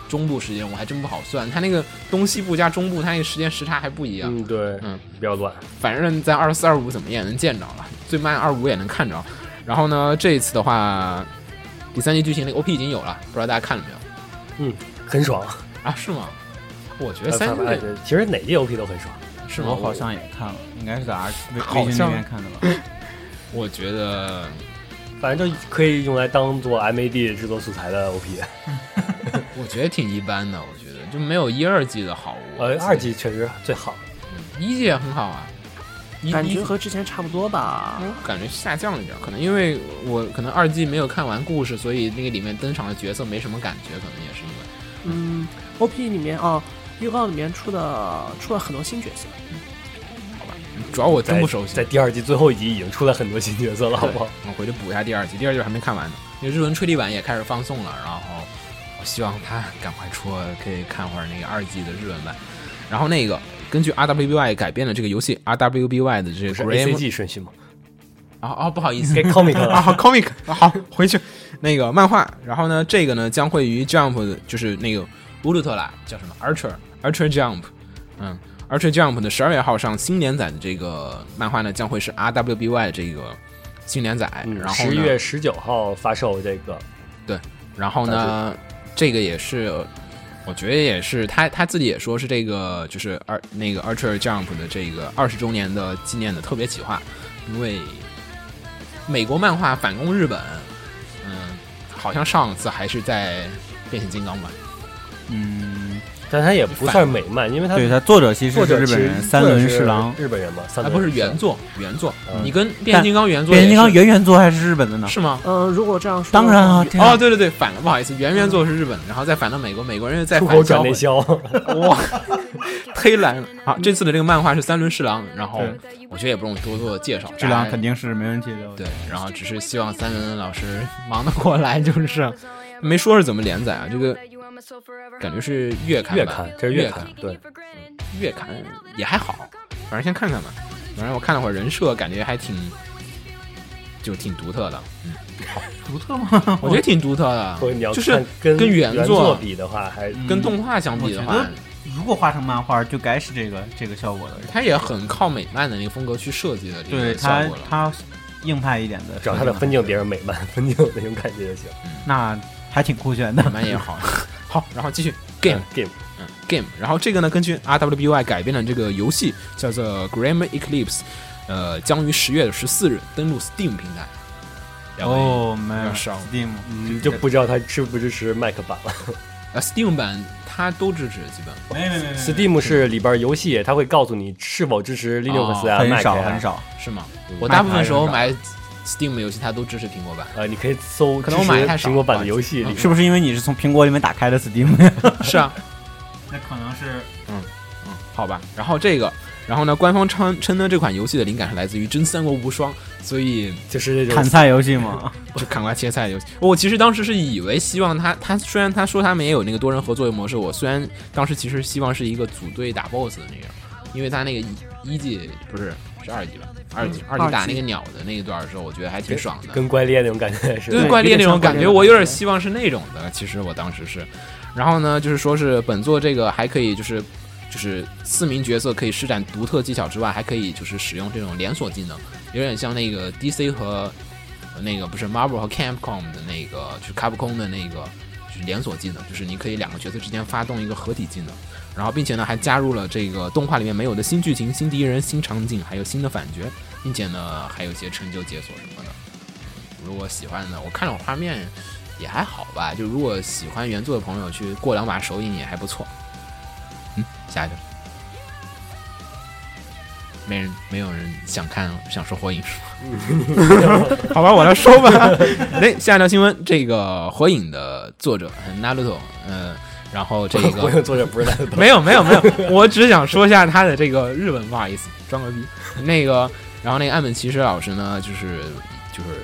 [SPEAKER 2] 中部时间我还真不好算，它那个东西部加中部，它那个时间时差还不一样。
[SPEAKER 3] 嗯，对，
[SPEAKER 2] 嗯，
[SPEAKER 3] 比较乱。
[SPEAKER 2] 反正在二四、二五怎么也能见着了，最慢二五也能看着。然后呢，这一次的话，第三季剧情那个 OP 已经有了，不知道大家看了没有
[SPEAKER 3] 嗯，很爽。
[SPEAKER 2] 啊？是吗？我觉得
[SPEAKER 3] 哎
[SPEAKER 2] 三季
[SPEAKER 3] 反哎对其实哪季 OP 都很爽。
[SPEAKER 2] 是吗？
[SPEAKER 4] 我好像也看了，应该是在 R 微
[SPEAKER 2] 好
[SPEAKER 4] 微信
[SPEAKER 2] 像
[SPEAKER 4] 那边看的 吧。
[SPEAKER 2] 我觉得
[SPEAKER 3] 反正就可以用来当做 MAD 制作素材的 OP。
[SPEAKER 2] 我觉得挺一般的，我觉得就没有一二季的好。我
[SPEAKER 3] 呃，二季确实最好，
[SPEAKER 2] 一季也很好啊，一嗯
[SPEAKER 5] 感
[SPEAKER 2] 一
[SPEAKER 5] 觉和之前差不多吧。
[SPEAKER 2] 感觉下降了一点儿，可能因为我可能二季没有看完故事，所以那个里面登场的角色没什么感觉，可能也是因为。
[SPEAKER 5] 嗯，OP 里面哦，预告里面出的出了很多新角色，
[SPEAKER 2] 主要我
[SPEAKER 3] 在
[SPEAKER 2] 真不熟悉
[SPEAKER 3] 在，第二季最后一集已经出来很多新角色了，好不好？
[SPEAKER 2] 我回去补一下第二季，第二季还没看完呢。那日文吹力版也开始放送了，然后我希望它赶快出，可以看会儿那个二季的日文版。然后那个根据 RWBY 改编的这个游戏 RWBY 的这个
[SPEAKER 3] 是
[SPEAKER 2] Grim
[SPEAKER 3] ACG 顺序吗？
[SPEAKER 2] 啊啊，不好意思
[SPEAKER 3] 该 comic
[SPEAKER 2] 啊，
[SPEAKER 3] 了，
[SPEAKER 2] 好 comic，啊好回去那个漫画。然后呢，这个呢将会于 Jump 的就是那个乌鲁特拉叫什么 Archer Archer Jump，嗯，Archer Jump 的十二月号上新连载的这个漫画呢将会是 RWBY 的这个新连载，嗯然后呢
[SPEAKER 3] 嗯十一月十九号发售这个，
[SPEAKER 2] 然后呢，这个也是，我觉得也是他他自己也说是这个就是二那个 Archer Jump 的这个二十周年的纪念的特别企划，因为美国漫画反攻日本，嗯，好像上次还是在变形金刚吧。
[SPEAKER 4] 嗯，
[SPEAKER 3] 但它也不算美漫，因为它
[SPEAKER 4] 对，他作者其实
[SPEAKER 3] 作
[SPEAKER 4] 是
[SPEAKER 3] 者
[SPEAKER 4] 日
[SPEAKER 3] 其
[SPEAKER 4] 本
[SPEAKER 3] 实
[SPEAKER 4] 人三
[SPEAKER 3] 作
[SPEAKER 4] 轮
[SPEAKER 3] 者是
[SPEAKER 4] 侍郎，
[SPEAKER 3] 日本人嘛，三
[SPEAKER 2] 还不
[SPEAKER 3] 轮
[SPEAKER 2] 是
[SPEAKER 3] 侍郎
[SPEAKER 2] 原作，原作，
[SPEAKER 3] 嗯
[SPEAKER 2] 你跟变形金刚原作也是，
[SPEAKER 4] 变形金刚原原作还是日本的呢？
[SPEAKER 2] 是 吗？
[SPEAKER 5] 嗯，如果这样说，
[SPEAKER 4] 当然啊，，这样
[SPEAKER 2] 哦，对对对，反了，不好意思，原原作是日本的，然后再反到美国，美国人又再
[SPEAKER 3] 出
[SPEAKER 2] 反
[SPEAKER 3] 口转
[SPEAKER 2] 回
[SPEAKER 3] 内销，
[SPEAKER 2] 哇，忒难了！好，这次的这个漫画是三轮侍郎，然后
[SPEAKER 4] 对
[SPEAKER 2] 我觉得也不用多做介绍，
[SPEAKER 4] 质量
[SPEAKER 2] 大家
[SPEAKER 4] 肯定是没问题的。
[SPEAKER 2] 对，然后只是希望三轮老师忙得过来，就是 没说是怎么连载啊，这个感觉是月刊吧，
[SPEAKER 3] 月刊这是
[SPEAKER 2] 月
[SPEAKER 3] 月刊，对，
[SPEAKER 2] 月刊也还好，反正先看看吧。反正我看了会儿人设，感觉还挺，就挺独特的。嗯，
[SPEAKER 4] 独特吗？
[SPEAKER 2] 我觉得挺独特 的
[SPEAKER 3] 或者你要，
[SPEAKER 2] 就是
[SPEAKER 3] 看跟
[SPEAKER 2] 跟
[SPEAKER 3] 原
[SPEAKER 2] 作
[SPEAKER 3] 比的话，还
[SPEAKER 4] 嗯
[SPEAKER 3] 是
[SPEAKER 2] 跟动画相比的
[SPEAKER 4] 我觉
[SPEAKER 2] 话
[SPEAKER 4] 得，如果画成漫画，就该是这个这个效果的。
[SPEAKER 2] 它也很靠美漫的那个风格去设计的这
[SPEAKER 4] 对
[SPEAKER 2] 个效
[SPEAKER 4] 他
[SPEAKER 2] 果了。
[SPEAKER 4] 他硬派一点的，
[SPEAKER 3] 只要它的分镜别人美漫 分镜那种感觉就行。
[SPEAKER 4] 那还挺酷炫的
[SPEAKER 2] 美。漫也 好，好，然后继续 game。
[SPEAKER 4] 嗯
[SPEAKER 3] game
[SPEAKER 2] game。然后这个呢，根据 RWBY 改编的这个游戏叫做《Gram Eclipse》，呃，将于十月十四日登陆 Steam 平台。两位
[SPEAKER 4] 哦，没有
[SPEAKER 2] 要上
[SPEAKER 4] Steam，嗯
[SPEAKER 3] 你就不知道它支不支持 Mac 版了。
[SPEAKER 2] 呃，Steam 版它都支持，基本
[SPEAKER 4] 没没没
[SPEAKER 3] Steam 是里边游戏，它会告诉你是否支持 Linux 啊、
[SPEAKER 4] 哦很
[SPEAKER 3] Mac
[SPEAKER 4] 少
[SPEAKER 3] 啊
[SPEAKER 4] 很。少。
[SPEAKER 2] 是吗
[SPEAKER 3] 嗯？
[SPEAKER 2] 我大部
[SPEAKER 4] 卖
[SPEAKER 2] 分
[SPEAKER 4] 盘
[SPEAKER 2] 时候
[SPEAKER 4] 是吧
[SPEAKER 2] 买 Steam 的游戏，它都支持苹果 版。
[SPEAKER 3] 呃，你可以搜
[SPEAKER 2] 可能我买的太
[SPEAKER 3] 支持
[SPEAKER 2] 少
[SPEAKER 3] 苹
[SPEAKER 2] 了嗯
[SPEAKER 3] 果版的游戏里，
[SPEAKER 4] 是不是因为你是从苹果里面打开的 Steam？
[SPEAKER 2] 是啊，
[SPEAKER 4] 那可能是
[SPEAKER 2] 好吧。然后这个，然后呢，官方称称呢这款游戏的灵感是来自于《真三国无双》，所以
[SPEAKER 3] 就是那
[SPEAKER 4] 砍
[SPEAKER 3] 种
[SPEAKER 4] 菜游戏嘛？
[SPEAKER 2] 就砍瓜切菜游戏。我其实当时是以为希望他他虽然他说他们也有那个多人合作的模式，我虽然当时其实希望是一个组队打 BOSS 的那种，因为他那个一一季不是是二季吧，二季、嗯二季打那个鸟的那一段的时候，我觉得还挺爽的，
[SPEAKER 3] 跟怪猎那种感觉似
[SPEAKER 2] 就
[SPEAKER 3] 的。
[SPEAKER 2] 是
[SPEAKER 5] 对
[SPEAKER 2] 怪猎
[SPEAKER 5] 有
[SPEAKER 2] 那
[SPEAKER 5] 点
[SPEAKER 2] 种
[SPEAKER 5] 像怪
[SPEAKER 2] 感
[SPEAKER 5] 猎
[SPEAKER 2] 觉，
[SPEAKER 5] 的
[SPEAKER 2] 我有点
[SPEAKER 5] 感觉
[SPEAKER 2] 希望是那种的。其实我当时是，然后呢，就是说是本作这个还可以就是。就是四名角色可以施展独特技巧之外，还可以就是使用这种连锁技能，有点像那个 DC 和那个不是 Marvel 和 Capcom 的那个，就是卡普空的那个，就是连锁技能，就是你可以两个角色之间发动一个合体技能，然后并且呢还加入了这个动画里面没有的新剧情、新敌人、新场景，还有新的反角，并且呢还有一些成就解锁什么的。如果喜欢的，我看了我画面也还好吧，就如果喜欢原作的朋友去过两把手瘾也还不错。嗯，下一个。没人，没有人想看，想说火影是吗？ 好吧，我来说 吧。那哎下一条新闻，这个《火影》的作者 Naruto，嗯、然后 这
[SPEAKER 3] 我
[SPEAKER 2] 个
[SPEAKER 3] 有作者 不是在
[SPEAKER 2] 没有没有没 有，我只想说一下他的这个日文，不好意思，装个逼。那个，然后那个岸本齐史老师呢，就是就是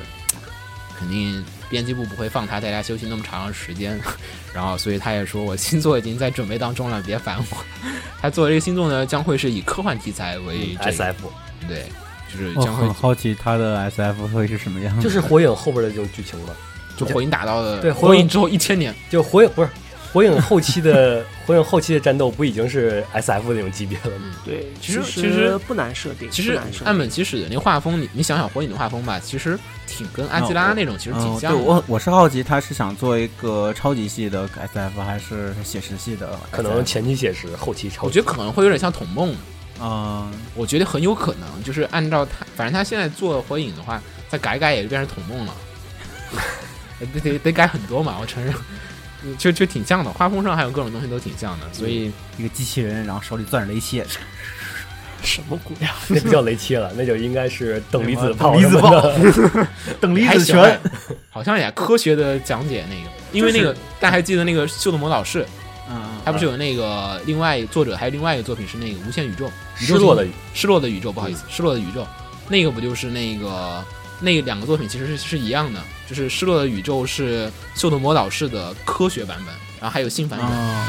[SPEAKER 2] 肯定编辑部不会放他在家休息那么长的时间， 然后所以他也说我新作已经在准备当中了，别烦我。 他做这个新作呢，将会是以科幻题材为这个嗯
[SPEAKER 3] SF，
[SPEAKER 2] 对，就是
[SPEAKER 4] 我
[SPEAKER 2] 将会
[SPEAKER 4] 很哦好奇他的 SF 会是什么样。
[SPEAKER 3] 就是火影后边的这种剧情嘛。
[SPEAKER 2] 就火影打到了
[SPEAKER 3] 对火
[SPEAKER 2] 火
[SPEAKER 3] 影
[SPEAKER 2] 影之后一千年，
[SPEAKER 3] 就火影不是火影后期的火影后期的战斗不已经是 S F 那种级别了吗？
[SPEAKER 5] 对，
[SPEAKER 2] 其实其
[SPEAKER 5] 其
[SPEAKER 2] 实
[SPEAKER 5] 不难设定，
[SPEAKER 2] 其
[SPEAKER 5] 不
[SPEAKER 2] 实
[SPEAKER 5] 难设
[SPEAKER 2] 岸
[SPEAKER 5] 定。
[SPEAKER 2] 本齐史的那个画风，你你想想火影的画风吧，其实挺跟阿基拉那种其实
[SPEAKER 4] 嗯
[SPEAKER 2] 挺，像
[SPEAKER 4] 对
[SPEAKER 2] 的。
[SPEAKER 4] 我我是好奇他是想做一个超级系的 SF 还是写实系的 SF？
[SPEAKER 3] 可能前期写实，后期超。
[SPEAKER 2] 我觉得可能会有点像统梦，
[SPEAKER 4] 嗯，
[SPEAKER 2] 我觉得很有可能就是按照他，反正他现在做火影的话，再改一改也就变成统梦了， 得得得改很多嘛，我承认，就就挺像的，画风上还有各种东西都挺像的，所以
[SPEAKER 4] 一个机器人，然后手里攥着雷切，
[SPEAKER 5] 什么鬼 啊？
[SPEAKER 3] 那不叫雷切了，那就应该是等离子炮
[SPEAKER 4] 等离
[SPEAKER 3] 什
[SPEAKER 4] 子
[SPEAKER 3] 么的。
[SPEAKER 4] 等
[SPEAKER 2] 还行吧， 好像也科学的讲解那个，因为那个大家还记得那个秀的魔导士，
[SPEAKER 4] 嗯，
[SPEAKER 2] 他不是有那个另外作者还有另外一个作品是那个无限宇宙，宇宙
[SPEAKER 3] 失落的
[SPEAKER 2] 失落的宇宙，不好意思，失落的宇宙，那个不就是那个那两个作品其实是是一样的，就是失落的宇宙是秀的魔导士的科学版本，然后还有新版本。
[SPEAKER 4] 嗯，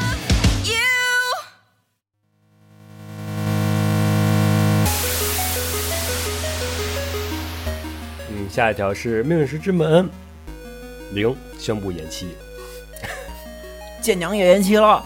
[SPEAKER 3] 嗯，下一条是命运石之门零宣布延期。
[SPEAKER 4] 舰娘也延期了，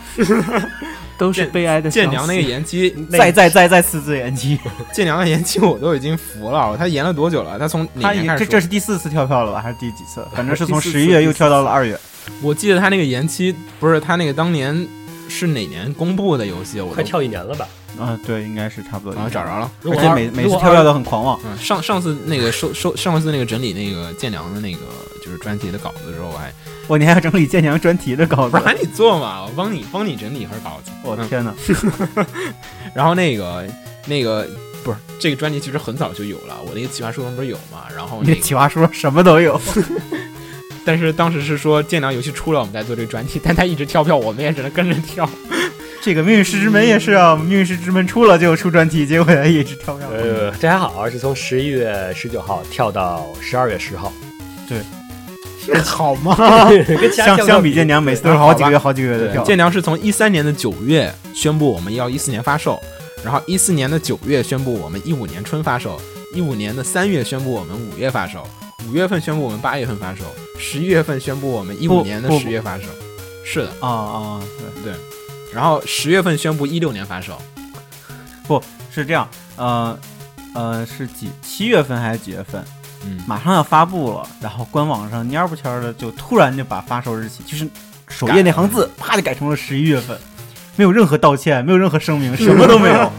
[SPEAKER 5] 都是悲哀的消息。
[SPEAKER 2] 剑娘那个延期，
[SPEAKER 4] 再再再再四次延期，
[SPEAKER 2] 剑娘的延期我都已经服了，他延了多久了？他从哪
[SPEAKER 4] 他已
[SPEAKER 2] 年
[SPEAKER 4] 经
[SPEAKER 2] 开始
[SPEAKER 4] 这这
[SPEAKER 2] 说？
[SPEAKER 4] 是第四次跳票了吧？还是第几次？反正是从
[SPEAKER 5] 第四
[SPEAKER 4] 十
[SPEAKER 5] 次
[SPEAKER 4] 一月又跳到了二月，
[SPEAKER 2] 我记得他那个延期不是他那个当年是哪年公布的游戏？我
[SPEAKER 3] 快
[SPEAKER 2] 都
[SPEAKER 3] 跳一年了吧？
[SPEAKER 4] 嗯，对，应该是差不多。
[SPEAKER 2] 啊找着了。
[SPEAKER 3] 如
[SPEAKER 4] 而
[SPEAKER 3] 果
[SPEAKER 4] 且
[SPEAKER 3] 二
[SPEAKER 4] 每每
[SPEAKER 3] 如
[SPEAKER 4] 次
[SPEAKER 3] 果
[SPEAKER 4] 跳票都很狂妄。
[SPEAKER 2] 嗯，上上次那个收收上次那个整理那个建良的那个就是专题的稿子的时候，我还
[SPEAKER 4] 我你还要整理建娘专题的稿
[SPEAKER 2] 不
[SPEAKER 4] 子
[SPEAKER 2] 是，喊你做嘛，我帮你帮你整理一份稿子。
[SPEAKER 4] 我、
[SPEAKER 2] 嗯
[SPEAKER 4] 天哪！
[SPEAKER 2] 然后那个那个不是这个专辑其实很早就有了，我那个企划书上不是有嘛？然后
[SPEAKER 4] 你
[SPEAKER 2] 那
[SPEAKER 4] 的
[SPEAKER 2] 个
[SPEAKER 4] 企划书什么都有，
[SPEAKER 2] 但是当时是说建良游戏出了，我们再做这个专题， 但他一直跳票，我们也只能跟着跳。
[SPEAKER 4] 这个命运石之门也是啊，命运石之门出了就出专题，结果也一直跳票。
[SPEAKER 3] 呃，这还好，是从十一月十九号跳到十二月十号，
[SPEAKER 4] 好吗？
[SPEAKER 3] 跟其他跳
[SPEAKER 4] 相
[SPEAKER 3] 票
[SPEAKER 4] 相比建娘每次都
[SPEAKER 3] 啊
[SPEAKER 4] 是好几个月、好几个月的
[SPEAKER 2] 对，
[SPEAKER 4] 跳。
[SPEAKER 2] 建良是从一三年的九月宣布我们要一四年发售，然后一四年的九月宣布我们一五年春发售，一五年的三月宣布我们五月发售，五月份宣布我们八月份发售，十一月份宣布我们一五
[SPEAKER 4] 不
[SPEAKER 2] 年的
[SPEAKER 4] 不
[SPEAKER 2] 十月发售。是的，
[SPEAKER 4] 啊啊，对，
[SPEAKER 2] 然后十月份宣布一六年发售，
[SPEAKER 4] 不是这样，呃呃，是几七月份还是几月份？
[SPEAKER 2] 嗯，
[SPEAKER 4] 马上要发布了，然后官网上蔫不蔫儿的就突然就把发售日期，就是首页那行字，啪就改成了十一月份，没有任何道歉，没有任何声明，什么都没 有。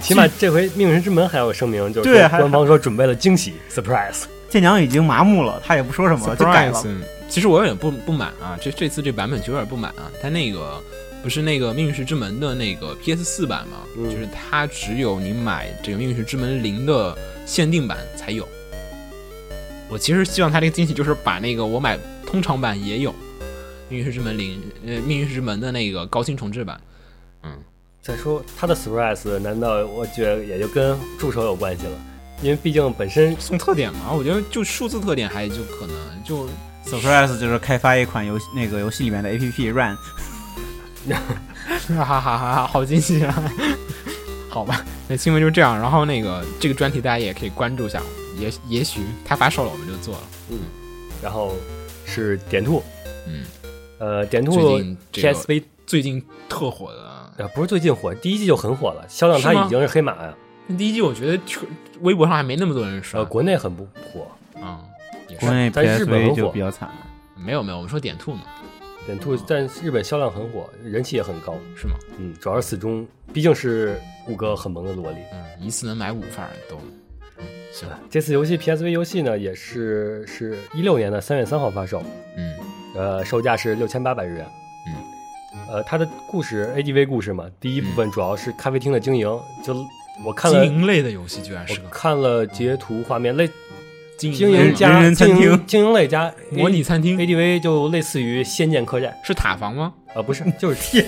[SPEAKER 3] 起码这回命运之门还有声明，就是
[SPEAKER 4] 对
[SPEAKER 3] 说
[SPEAKER 4] 还
[SPEAKER 3] 官方说准备了惊喜 surprise。
[SPEAKER 4] 建娘已经麻木了，他也不说什么了，就改了。
[SPEAKER 2] Surprise，其实我有点不不满啊，这这次这版本其实有点不满啊，它那个不是那个《命运石之门》的那个 PS 四版嘛，
[SPEAKER 3] 嗯
[SPEAKER 2] 就是它只有你买这个《命运石之门零》的限定版才有。我其实希望它这个惊喜就是把那个我买通常版也有《命运石之门零》呃《命运石之门》的那个高清重制版。
[SPEAKER 3] 再说他的 surprise，难道我觉得也就跟助手有关系了？因为毕竟本身
[SPEAKER 2] 送特点嘛，我觉得就数字特点还就可能就
[SPEAKER 4] Surprise 就是开发一款游戏那个游戏里面的 APP Run，
[SPEAKER 2] 哈 哈哈哈，好惊喜啊！好吧，那新闻就这样。然后那个这个专题大家也可以关注一下，也也许它发售了我们就做了。
[SPEAKER 3] 然后是点兔，
[SPEAKER 2] 嗯，
[SPEAKER 3] 呃，点
[SPEAKER 2] 最
[SPEAKER 3] 兔
[SPEAKER 2] 近这个
[SPEAKER 3] PSV
[SPEAKER 2] 最近特火的
[SPEAKER 3] 啊不是最近火，第一季就很火了，销量它
[SPEAKER 2] 是吗
[SPEAKER 3] 已经是黑马呀，
[SPEAKER 2] 第一季，我觉得确微博上还没那么多人刷
[SPEAKER 3] 呃，国内很不火。
[SPEAKER 2] 嗯，也
[SPEAKER 4] 国
[SPEAKER 2] 是
[SPEAKER 4] 内
[SPEAKER 3] 但日本很
[SPEAKER 4] PSV
[SPEAKER 3] 火
[SPEAKER 4] 就比较惨了。
[SPEAKER 2] 没有没有，我们说点兔呢，
[SPEAKER 3] 点
[SPEAKER 2] 哦
[SPEAKER 3] 兔但日本销量很火，人气也很高，
[SPEAKER 2] 是吗？
[SPEAKER 3] 嗯，主要是死忠，毕竟是五个很萌的萝莉。
[SPEAKER 2] 嗯，一次能买五份儿都，嗯，行，
[SPEAKER 3] 这次游戏 PSV 游戏呢，也是是一六年的三月三号发售，
[SPEAKER 2] 嗯
[SPEAKER 3] 呃，售价是六千八百日元。嗯，呃，它的故事 ADV 故事嘛，第一部分主要是咖啡厅的经营，就我看了
[SPEAKER 2] 嗯经营类的游戏居然是
[SPEAKER 3] 我
[SPEAKER 2] 个
[SPEAKER 3] 看了截图画面，类
[SPEAKER 2] 经
[SPEAKER 3] 经
[SPEAKER 2] 类
[SPEAKER 3] 营
[SPEAKER 2] 吗
[SPEAKER 4] 家
[SPEAKER 3] 加
[SPEAKER 4] 人人餐
[SPEAKER 3] 经营
[SPEAKER 4] 厅
[SPEAKER 3] 经营类加 A-
[SPEAKER 2] 模拟餐厅
[SPEAKER 3] ADV 就类似于《仙剑客栈》
[SPEAKER 2] 是塔防吗？
[SPEAKER 3] 啊、不是，就是天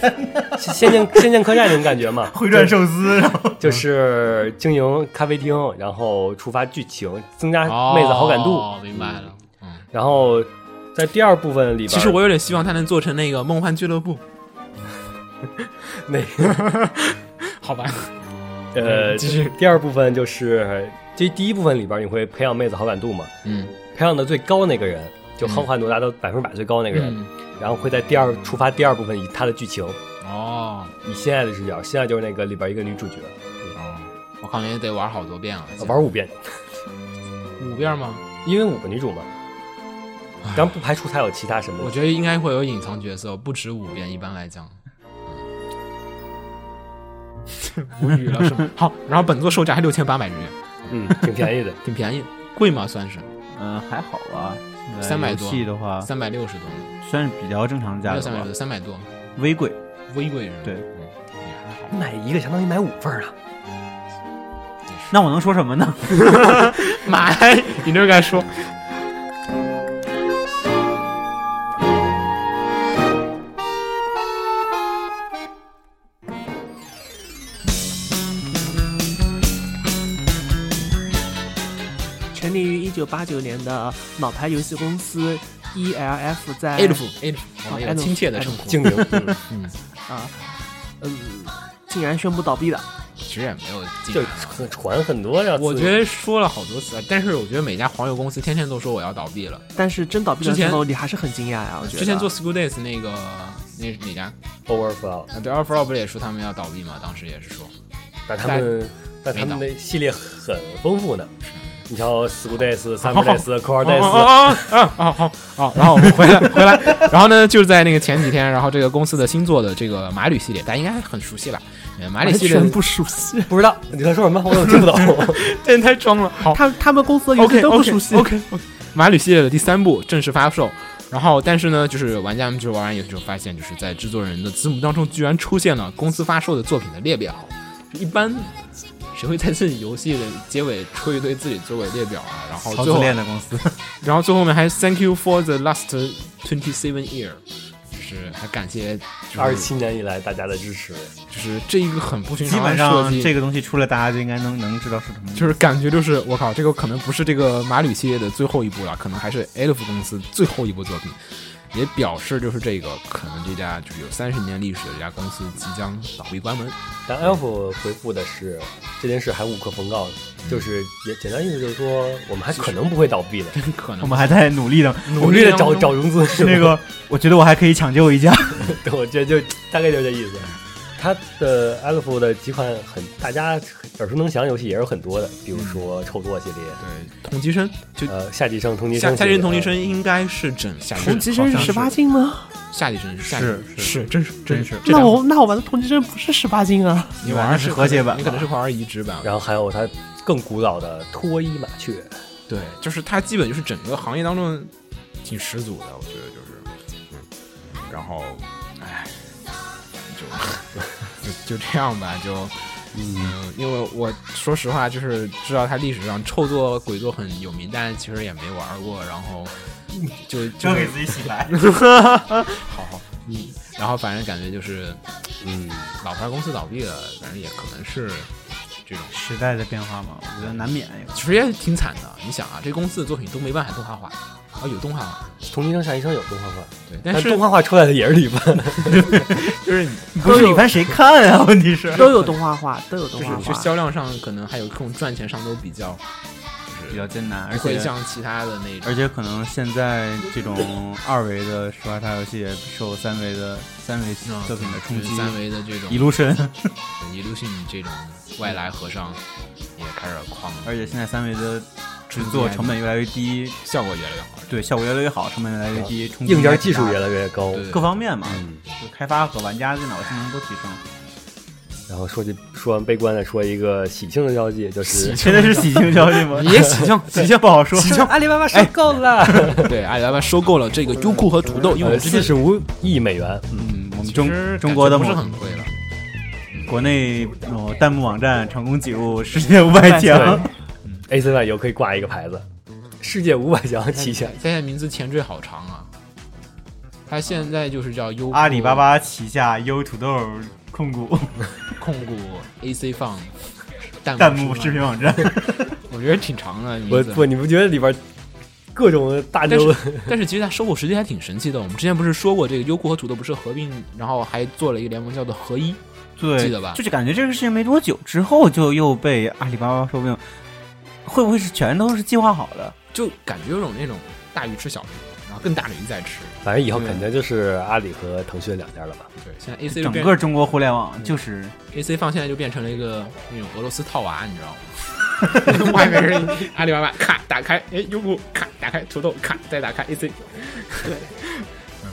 [SPEAKER 3] 《仙剑仙剑客栈》那种感觉嘛，
[SPEAKER 4] 回转寿司，然后
[SPEAKER 3] 就是经营咖啡厅，然后触发剧情，增加哎妹子好感度。
[SPEAKER 2] 哦，明白了。嗯，
[SPEAKER 3] 然后在第二部分里边，
[SPEAKER 2] 其实我有点希望它能做成那个梦幻俱乐部。
[SPEAKER 3] 那
[SPEAKER 2] 好吧，
[SPEAKER 3] 呃，
[SPEAKER 2] 继续
[SPEAKER 3] 第二部分就是这第一部分里边你会培养妹子好感度嘛，
[SPEAKER 2] 嗯，
[SPEAKER 3] 培养的最高那个人就横跨度达到百分之百最高那个
[SPEAKER 2] 嗯
[SPEAKER 3] 人，然后会在第二触发第二部分以他的剧情，
[SPEAKER 2] 哦，
[SPEAKER 3] 以现在的视角，现在就是那个里边一个女主角，
[SPEAKER 2] 我靠，你也得玩好多遍了，
[SPEAKER 3] 玩五遍，
[SPEAKER 2] 五遍吗？
[SPEAKER 3] 因为五个女主嘛，咱不排除她有其他什
[SPEAKER 2] 我
[SPEAKER 3] 么，
[SPEAKER 2] 觉得应该会有隐藏角色，不止五遍，一般来讲。嗯无语了是吗？好，然后本作售价还六千八百日元，
[SPEAKER 3] 嗯，挺便 宜的。
[SPEAKER 2] 挺便宜，贵吗？算是
[SPEAKER 4] 嗯还好吧。现在
[SPEAKER 2] 300
[SPEAKER 4] 游
[SPEAKER 2] 多
[SPEAKER 4] 戏的话
[SPEAKER 2] 三百六十多呢，
[SPEAKER 4] 算是比较正常
[SPEAKER 2] 没
[SPEAKER 4] 价
[SPEAKER 2] 有
[SPEAKER 4] 格
[SPEAKER 2] 三百
[SPEAKER 4] 吧
[SPEAKER 2] 多，，三百多，
[SPEAKER 4] 微贵。
[SPEAKER 2] 微贵是吗？
[SPEAKER 4] 对
[SPEAKER 2] 嗯，也还好，
[SPEAKER 3] 买一个相当于买五份儿啊，
[SPEAKER 4] 那我能说什么呢？
[SPEAKER 2] 买，你这该说。
[SPEAKER 5] 成立于一九八九年的老牌游戏公司 ELF 在
[SPEAKER 2] A 夫 A 夫，我们
[SPEAKER 5] 哦
[SPEAKER 2] 有
[SPEAKER 5] Adolf，
[SPEAKER 2] 亲切的称呼，
[SPEAKER 3] 经营、嗯
[SPEAKER 5] 啊，嗯，竟然宣布倒闭了。
[SPEAKER 2] 其实也没有进
[SPEAKER 3] 就
[SPEAKER 2] 来。
[SPEAKER 3] 很传很多呀。
[SPEAKER 2] 我
[SPEAKER 3] 自
[SPEAKER 2] 觉得说了好多次，但是我觉得每家黄油公司天天都说我要倒闭了。
[SPEAKER 5] 但是真倒闭的
[SPEAKER 2] 之
[SPEAKER 5] 时
[SPEAKER 2] 前
[SPEAKER 5] 候，你还是很惊讶呀、我觉得
[SPEAKER 2] 之前做 School Days 那个那哪家
[SPEAKER 3] overflow，
[SPEAKER 2] 啊？对 a l f r o 不是也说他们要倒闭吗？当时也是说，
[SPEAKER 3] 但他们但他们的系列很丰富呢。你瞧，School Days、Summer Days、Core
[SPEAKER 2] 哦
[SPEAKER 3] Days，
[SPEAKER 2] 哦哦哦哦哦，然后我们回来回来，然后呢，就是在那个前几天，然后这个公司的新做的这个马里系列，大家应该很熟悉吧？呃马里系列
[SPEAKER 5] 完全不熟悉，
[SPEAKER 3] 不知道你在说什么，我怎么听不懂？
[SPEAKER 2] 真太装了，好
[SPEAKER 5] 他他们公司的游
[SPEAKER 2] 哦 OK
[SPEAKER 5] 戏都不
[SPEAKER 2] OK
[SPEAKER 5] 熟悉。
[SPEAKER 2] OK，马里系列的第三部正式发售，然后，但是呢，就是玩家们就是玩完游戏之后发现，就是在制作人的字幕当中居然出现了公司发售的作品的列表。一般谁会在自己游戏的结尾出一堆自己作为列表啊？然后
[SPEAKER 4] 超
[SPEAKER 2] 最
[SPEAKER 4] 自
[SPEAKER 2] 后，
[SPEAKER 4] 恋的公司，
[SPEAKER 2] 然后最后面还 Thank you for the last twenty seven year，就是还感谢就是
[SPEAKER 3] 二十七年以来大家的支持，
[SPEAKER 2] 就是这一个很不寻
[SPEAKER 4] 基
[SPEAKER 2] 常的
[SPEAKER 4] 本
[SPEAKER 2] 设
[SPEAKER 4] 上
[SPEAKER 2] 计。
[SPEAKER 4] 这个东西出来，大家就应该能能知道是什么。
[SPEAKER 2] 就是感觉就是我靠，这个可能不是这个马里系列的最后一部了，可能还是 Elf 公司最后一部作品，也表示就是这个可能这家就是有三十年历史的这家公司即将倒闭关门。
[SPEAKER 3] 但 Alf 回复的是这件事还无可奉告，
[SPEAKER 2] 嗯
[SPEAKER 3] 就是也简单意思就是说我们还可能不会倒闭的，
[SPEAKER 2] 可能
[SPEAKER 4] 我们还在努力的，
[SPEAKER 3] 努力的找找融资。是吧
[SPEAKER 4] 那个，我觉得我还可以抢救一家。
[SPEAKER 3] 对，我觉得就大概就是这意思。它的 Alf 的几款很大家耳熟能详的游戏也有很多的，比如说臭作系列，
[SPEAKER 2] 对同级生就
[SPEAKER 3] 呃，夏季生同级
[SPEAKER 2] 夏
[SPEAKER 3] 生，
[SPEAKER 2] 夏人同级生应该是整夏季
[SPEAKER 5] 同
[SPEAKER 2] 生，
[SPEAKER 5] 级生
[SPEAKER 4] 好像
[SPEAKER 5] 十
[SPEAKER 4] 是
[SPEAKER 5] 八禁吗？
[SPEAKER 2] 夏季生夏季
[SPEAKER 4] 是
[SPEAKER 2] 生
[SPEAKER 4] 是
[SPEAKER 2] 是真是真是这
[SPEAKER 5] 那
[SPEAKER 2] 两
[SPEAKER 5] 我那我玩的同级生不是十八禁啊，
[SPEAKER 2] 你玩的是
[SPEAKER 4] 你玩的是和谐版
[SPEAKER 2] 你可能是玩移植 版。
[SPEAKER 3] 然后还有它更古老的脱衣麻雀，
[SPEAKER 2] 对，就是它基本就是整个行业当中挺十足的，我觉得就是，嗯，然后，唉，反正就 就就这样吧，就，嗯，因为我说实话，就是知道它历史上臭作鬼作很有名，但是其实也没玩过，然 后就就
[SPEAKER 4] 给自己洗白，
[SPEAKER 2] 好好，嗯，然后反正感觉就是，
[SPEAKER 3] 嗯，
[SPEAKER 2] 老牌公司倒闭了，反正也可能是这种。
[SPEAKER 4] 时代的变化嘛，我觉得难免 有。
[SPEAKER 2] 其实也挺惨的，你想啊，这公司的作品都没办法动画化，啊有动画化，
[SPEAKER 3] 同级生夏季生有动画化，
[SPEAKER 2] 对，但
[SPEAKER 3] 但
[SPEAKER 2] 哎是
[SPEAKER 3] 动画化出来的也是李帆，
[SPEAKER 2] 就是你
[SPEAKER 4] 不是你翻谁看啊？问题是
[SPEAKER 5] 都有动画化，都有动
[SPEAKER 2] 就
[SPEAKER 5] 画
[SPEAKER 2] 是就
[SPEAKER 5] 化。
[SPEAKER 2] 销量上可能还有这种赚钱上都比较，
[SPEAKER 4] 比较艰难，而
[SPEAKER 2] 不会
[SPEAKER 4] 且
[SPEAKER 2] 像其他的那种
[SPEAKER 4] 而且可能现在这种二维的十八叉游戏也受三维的三维
[SPEAKER 2] 嗯
[SPEAKER 4] 作品的冲击
[SPEAKER 2] 就是，三维的这种
[SPEAKER 4] 一路深。
[SPEAKER 2] 一路性这种外来和尚也开始狂，
[SPEAKER 4] 而且现在三维的制作成本越来越低，
[SPEAKER 2] 效果越来越 好。
[SPEAKER 4] 对效果越来越好，成本越来越低，冲击
[SPEAKER 3] 硬
[SPEAKER 4] 也
[SPEAKER 3] 件
[SPEAKER 4] 挺
[SPEAKER 3] 技术
[SPEAKER 4] 大
[SPEAKER 3] 越来越高。
[SPEAKER 2] 对
[SPEAKER 4] 各方面嘛，
[SPEAKER 3] 嗯，
[SPEAKER 4] 就开发和玩家电脑性能都提升。
[SPEAKER 3] 然后说句说完悲观的，说一个喜庆的消息，就是
[SPEAKER 4] 现在是喜庆消息 吗？
[SPEAKER 2] 也喜庆，
[SPEAKER 4] 喜庆不好说，
[SPEAKER 3] 阿里巴巴收购了，
[SPEAKER 2] 对，
[SPEAKER 4] 哎
[SPEAKER 2] 阿里巴巴收购了这个优酷和土豆，因为我
[SPEAKER 3] 呃，
[SPEAKER 2] 们之前
[SPEAKER 3] 四十五亿美元，
[SPEAKER 4] 嗯，我们
[SPEAKER 2] 其实
[SPEAKER 4] 中
[SPEAKER 2] 感
[SPEAKER 4] 中国
[SPEAKER 2] 觉
[SPEAKER 4] 的
[SPEAKER 2] 不是
[SPEAKER 4] 某
[SPEAKER 2] 很贵了，
[SPEAKER 4] 国内哦弹幕网站成功挤入世界五百强，
[SPEAKER 3] A C Y 游可以挂一个牌子，世界五百强旗下。
[SPEAKER 2] 现在名字前缀好长啊，它现在就是叫优酷
[SPEAKER 4] 阿里巴巴旗下优土豆控股
[SPEAKER 2] 控股 AC 放
[SPEAKER 4] 弹幕视 频，网站，
[SPEAKER 2] 我觉得挺长的名
[SPEAKER 3] 我
[SPEAKER 2] 字。
[SPEAKER 3] 不，你不觉得里边各种大
[SPEAKER 2] 但
[SPEAKER 3] 牛
[SPEAKER 2] 是？但是其实它收购实际还挺神奇的。我们之前不是说过，这个优酷和土豆不是合并，然后还做了一个联盟叫做合一。
[SPEAKER 4] 对，
[SPEAKER 2] 记得吧
[SPEAKER 4] 就是感觉这个事情没多久之后就又被阿里巴巴收并，会不会是全都是计划好的？
[SPEAKER 2] 就感觉有种那种大鱼吃小鱼，然后更大的鱼在吃。
[SPEAKER 3] 反正以后肯定就是阿里和腾讯两家了吧？
[SPEAKER 2] 对，现在 AC 就
[SPEAKER 4] 整
[SPEAKER 2] 变嗯
[SPEAKER 4] 个中国互联网就是。
[SPEAKER 2] AC 放现在就变成了一个那种俄罗斯套娃，你知 道吗？外面是阿里巴巴，咔打开，哎，优酷咔打开，土豆咔再打开 AC，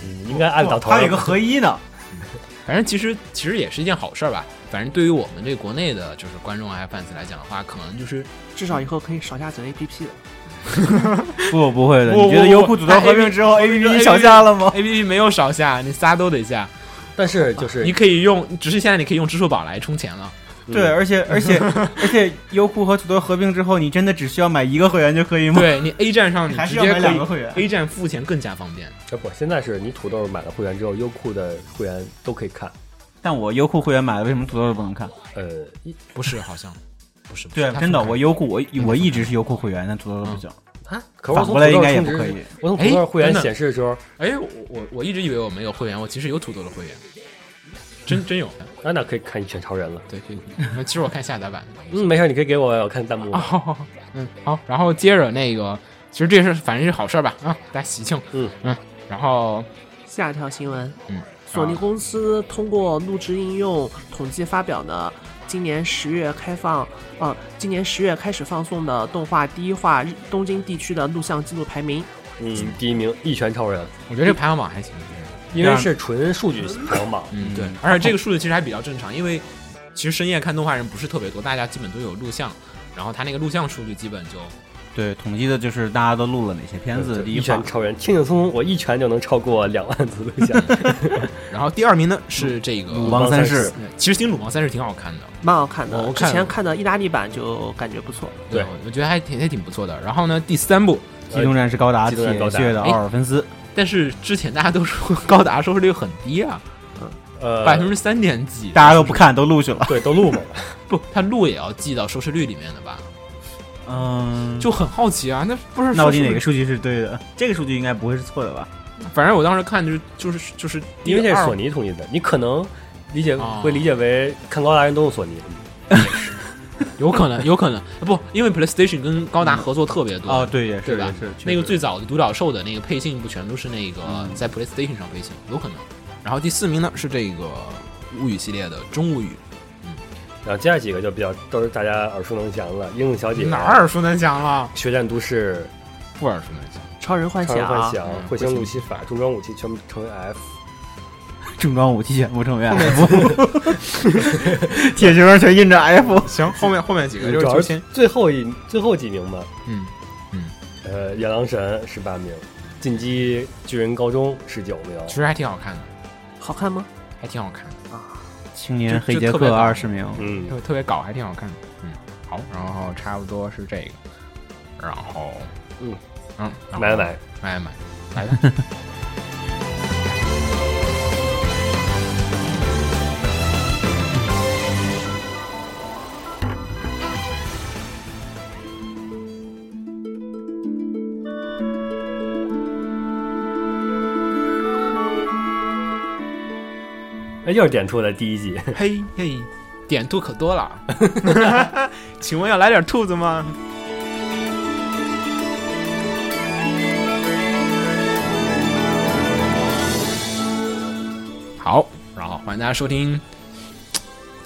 [SPEAKER 3] 嗯应该阿里到头
[SPEAKER 4] 还哦有一
[SPEAKER 3] 了
[SPEAKER 4] 个
[SPEAKER 3] 吧。
[SPEAKER 4] 合一呢，
[SPEAKER 2] 反正其实其实也是一件好事儿吧。反正对于我们这国内的就是观众啊 fans 来讲的话，可能就是
[SPEAKER 5] 至少以后可以少下载 APP 了。
[SPEAKER 4] 不不会的，
[SPEAKER 2] 不
[SPEAKER 4] 你觉得
[SPEAKER 2] 不
[SPEAKER 4] 优
[SPEAKER 2] 不
[SPEAKER 4] 酷土豆合并之后，A P
[SPEAKER 2] 这
[SPEAKER 4] P
[SPEAKER 2] APP
[SPEAKER 4] 少下了吗？
[SPEAKER 2] A P P 没有少下，你仨都得下。
[SPEAKER 3] 但是就是嗯
[SPEAKER 2] 你可以用，只是现在你可以用支付宝来充钱了。
[SPEAKER 4] 对，而 且而且而且，优酷和土豆合并之后，你真的只需要买一个会员就可以吗？
[SPEAKER 2] 对你 A 站上你
[SPEAKER 4] 还
[SPEAKER 2] 直
[SPEAKER 4] 是要
[SPEAKER 2] 接
[SPEAKER 4] 买
[SPEAKER 2] 可
[SPEAKER 4] 两个会
[SPEAKER 2] 以
[SPEAKER 4] 员
[SPEAKER 2] ，A 站付钱更加方便。
[SPEAKER 3] 啊不，现在是你土豆买了会员之后，优酷的会员都可以看。
[SPEAKER 4] 但我优酷会员买了，为什么土豆不能看？
[SPEAKER 3] 呃，一
[SPEAKER 2] 不是，好像不是。不是
[SPEAKER 4] 对
[SPEAKER 2] 它，
[SPEAKER 4] 真的，
[SPEAKER 2] 分开
[SPEAKER 4] 我优酷我我一直是优酷会员，但土豆都不行。
[SPEAKER 3] 啊，可是我
[SPEAKER 4] 反
[SPEAKER 3] 从
[SPEAKER 4] 过来
[SPEAKER 3] 土豆
[SPEAKER 4] 应该也
[SPEAKER 3] 充
[SPEAKER 4] 不
[SPEAKER 3] 值
[SPEAKER 4] 可以
[SPEAKER 3] 时我从土
[SPEAKER 2] 哎
[SPEAKER 3] 豆会员
[SPEAKER 2] 真的
[SPEAKER 3] 显示的时候，
[SPEAKER 2] 哎，我我我一直以为我没有会员，我其实有土豆的会员，真 真有。
[SPEAKER 3] 啊，那可以看《一拳超人》了。
[SPEAKER 2] 对，可以。那其实我看下载版。
[SPEAKER 3] 嗯，没事，你可以给我，我看弹幕
[SPEAKER 2] 啊，。好好
[SPEAKER 4] 哦
[SPEAKER 2] 好，嗯，好。然后接着那个，其实这事反正是好事儿吧？啊，大家喜庆。
[SPEAKER 3] 嗯
[SPEAKER 2] 嗯。然后
[SPEAKER 5] 下一条新闻，
[SPEAKER 2] 嗯，
[SPEAKER 5] 索尼
[SPEAKER 2] 啊
[SPEAKER 5] 公司通过录制应用统计发表的今年十月开放，呃，今年十月开始放送的动画第一话日东京地区的录像记录排名，
[SPEAKER 3] 嗯，第一名《一拳超人》，
[SPEAKER 2] 我觉得这排行榜还行。
[SPEAKER 3] 因为是纯数据排行榜。
[SPEAKER 2] 嗯，
[SPEAKER 4] 嗯
[SPEAKER 2] 对，而且这个数据其实还比较正常，因为其实深夜看动画人不是特别多，大家基本都有录像，然后他那个录像数据基本就
[SPEAKER 4] 对，统计的就是大家都录了哪些片子，第
[SPEAKER 3] 一
[SPEAKER 4] 话
[SPEAKER 3] 拳。超人，轻轻松松，我一拳就能超过两万字录像。
[SPEAKER 2] 然后第二名呢是这个
[SPEAKER 4] 鲁邦三世，
[SPEAKER 2] 其实听《鲁邦三世》挺好看的，
[SPEAKER 5] 蛮好看的。
[SPEAKER 2] 我看
[SPEAKER 5] 之
[SPEAKER 2] 了
[SPEAKER 5] 前看的意大利版就感觉不错。
[SPEAKER 3] 对，
[SPEAKER 2] 我觉得还挺还挺不错的。然后呢，第三部，
[SPEAKER 4] 机动战士高达
[SPEAKER 3] 机动战
[SPEAKER 4] 铁
[SPEAKER 3] 士高达
[SPEAKER 4] 血的
[SPEAKER 2] 哎
[SPEAKER 4] 奥尔芬斯，
[SPEAKER 2] 但是之前大家都说高达收视率很低啊，
[SPEAKER 3] 呃，
[SPEAKER 2] 百分之三点几，
[SPEAKER 4] 大家都不看，都录去了。
[SPEAKER 3] 对都录过了，
[SPEAKER 2] 不，他录也要记到收视率里面的吧？
[SPEAKER 4] 嗯，
[SPEAKER 2] 就很好奇啊，那不是
[SPEAKER 4] 那
[SPEAKER 2] 收
[SPEAKER 4] 我
[SPEAKER 2] 视
[SPEAKER 4] 底
[SPEAKER 2] 率
[SPEAKER 4] 哪个数据是对的？这个数据应该不会是错的吧？
[SPEAKER 2] 反正我当时看就是就是就是第
[SPEAKER 3] 因为这是
[SPEAKER 2] 二
[SPEAKER 3] 索尼统计的，你可能理解
[SPEAKER 2] 哦
[SPEAKER 3] 会理解为看高达人都用索尼。
[SPEAKER 2] 有可能，有可能不，因为 PlayStation 跟高达合作特别多，
[SPEAKER 3] 啊
[SPEAKER 4] 哦，对，也是
[SPEAKER 2] 对吧
[SPEAKER 4] 也是，确
[SPEAKER 2] 那个
[SPEAKER 4] 实
[SPEAKER 2] 最早的独角兽的那个配信不全都是那个
[SPEAKER 4] 嗯
[SPEAKER 2] 在 PlayStation 上配信，有可能。然后第四名呢是这个物语系列的《中物语
[SPEAKER 3] 然后接下来几个就比较都是大家耳熟能详了，英勇小》，姐、
[SPEAKER 2] 耳熟能详了？
[SPEAKER 3] 血战都市、
[SPEAKER 2] 不耳熟能详。
[SPEAKER 5] 超人幻
[SPEAKER 3] 超人
[SPEAKER 5] 想，
[SPEAKER 3] 幻想
[SPEAKER 2] 嗯、
[SPEAKER 3] 彗星路西法、重装武器全部成为 F。
[SPEAKER 4] 重装武器全部成为 F，铁球上全印着 F。
[SPEAKER 2] 行，后面后面几
[SPEAKER 3] 主要是最后一最后几名吧，
[SPEAKER 2] 嗯，
[SPEAKER 3] 呃，野狼神十八名，进击巨人高中十九名，
[SPEAKER 2] 其嗯实还挺好看的，
[SPEAKER 5] 好看吗？
[SPEAKER 2] 还挺好看的，
[SPEAKER 4] 青年
[SPEAKER 2] 就
[SPEAKER 4] 黑杰
[SPEAKER 2] 就特别
[SPEAKER 4] 克
[SPEAKER 2] 搞
[SPEAKER 4] 二十名，
[SPEAKER 3] 嗯，
[SPEAKER 2] 特特别搞，还挺好看的。嗯，好，然后差不多是这个，然后
[SPEAKER 3] 嗯
[SPEAKER 2] 嗯，然后
[SPEAKER 3] 买买
[SPEAKER 2] 买买。
[SPEAKER 3] 哎，又是点出的 第一季，
[SPEAKER 2] 嘿嘿，点兔可多了，请问要来点兔子吗？好，然后欢迎大家收听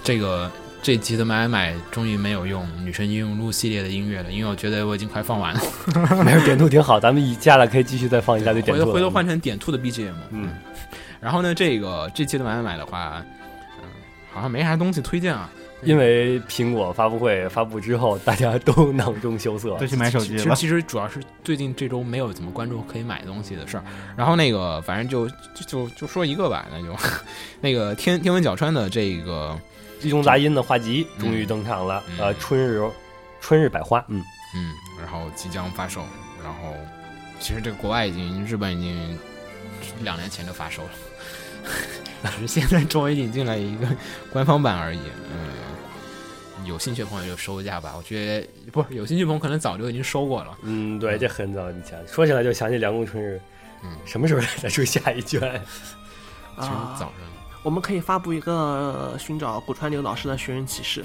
[SPEAKER 2] 这个这集的买买买，终于没有用女神异闻录系列的音乐了，因为我觉得我已经快放完了，
[SPEAKER 3] 没有点兔挺好，咱们一下来可以继续再放一下对点
[SPEAKER 2] 回
[SPEAKER 3] 兔
[SPEAKER 2] 头
[SPEAKER 3] 了。
[SPEAKER 2] 回头换成点兔的 BGM。
[SPEAKER 3] 嗯，
[SPEAKER 2] 然后呢，这个这期的买买买的话，嗯，好像没啥东西推荐啊。
[SPEAKER 3] 因为苹果发布会发布之后，大家 都囊中羞涩
[SPEAKER 4] 都。去买手机
[SPEAKER 2] 其实
[SPEAKER 4] 了。
[SPEAKER 2] 其实主要是最近这周没有怎么关注可以买东西的事儿，然后那个反正就就就就说一个吧，那就 那个天天文角川的这个
[SPEAKER 3] 地中杂音的画集终于登场了，
[SPEAKER 2] 嗯
[SPEAKER 3] 呃，春日春日百花，嗯，
[SPEAKER 2] 嗯，然后即将发售，然后其实这个国外已经日本已经两年前就发售了， 只是现在终于引进来一个官方版而已，嗯。有兴趣的朋友就收一下吧，我觉得不是有兴趣的朋友可能早就已经收过了。
[SPEAKER 3] 嗯，对，这很早以前说起来就想起梁公春日，
[SPEAKER 2] 嗯
[SPEAKER 3] 什么时候再出下一卷？
[SPEAKER 2] 其实
[SPEAKER 5] 啊
[SPEAKER 2] 早上、
[SPEAKER 5] 我们可以发布一个寻找古川流老师的寻人启事。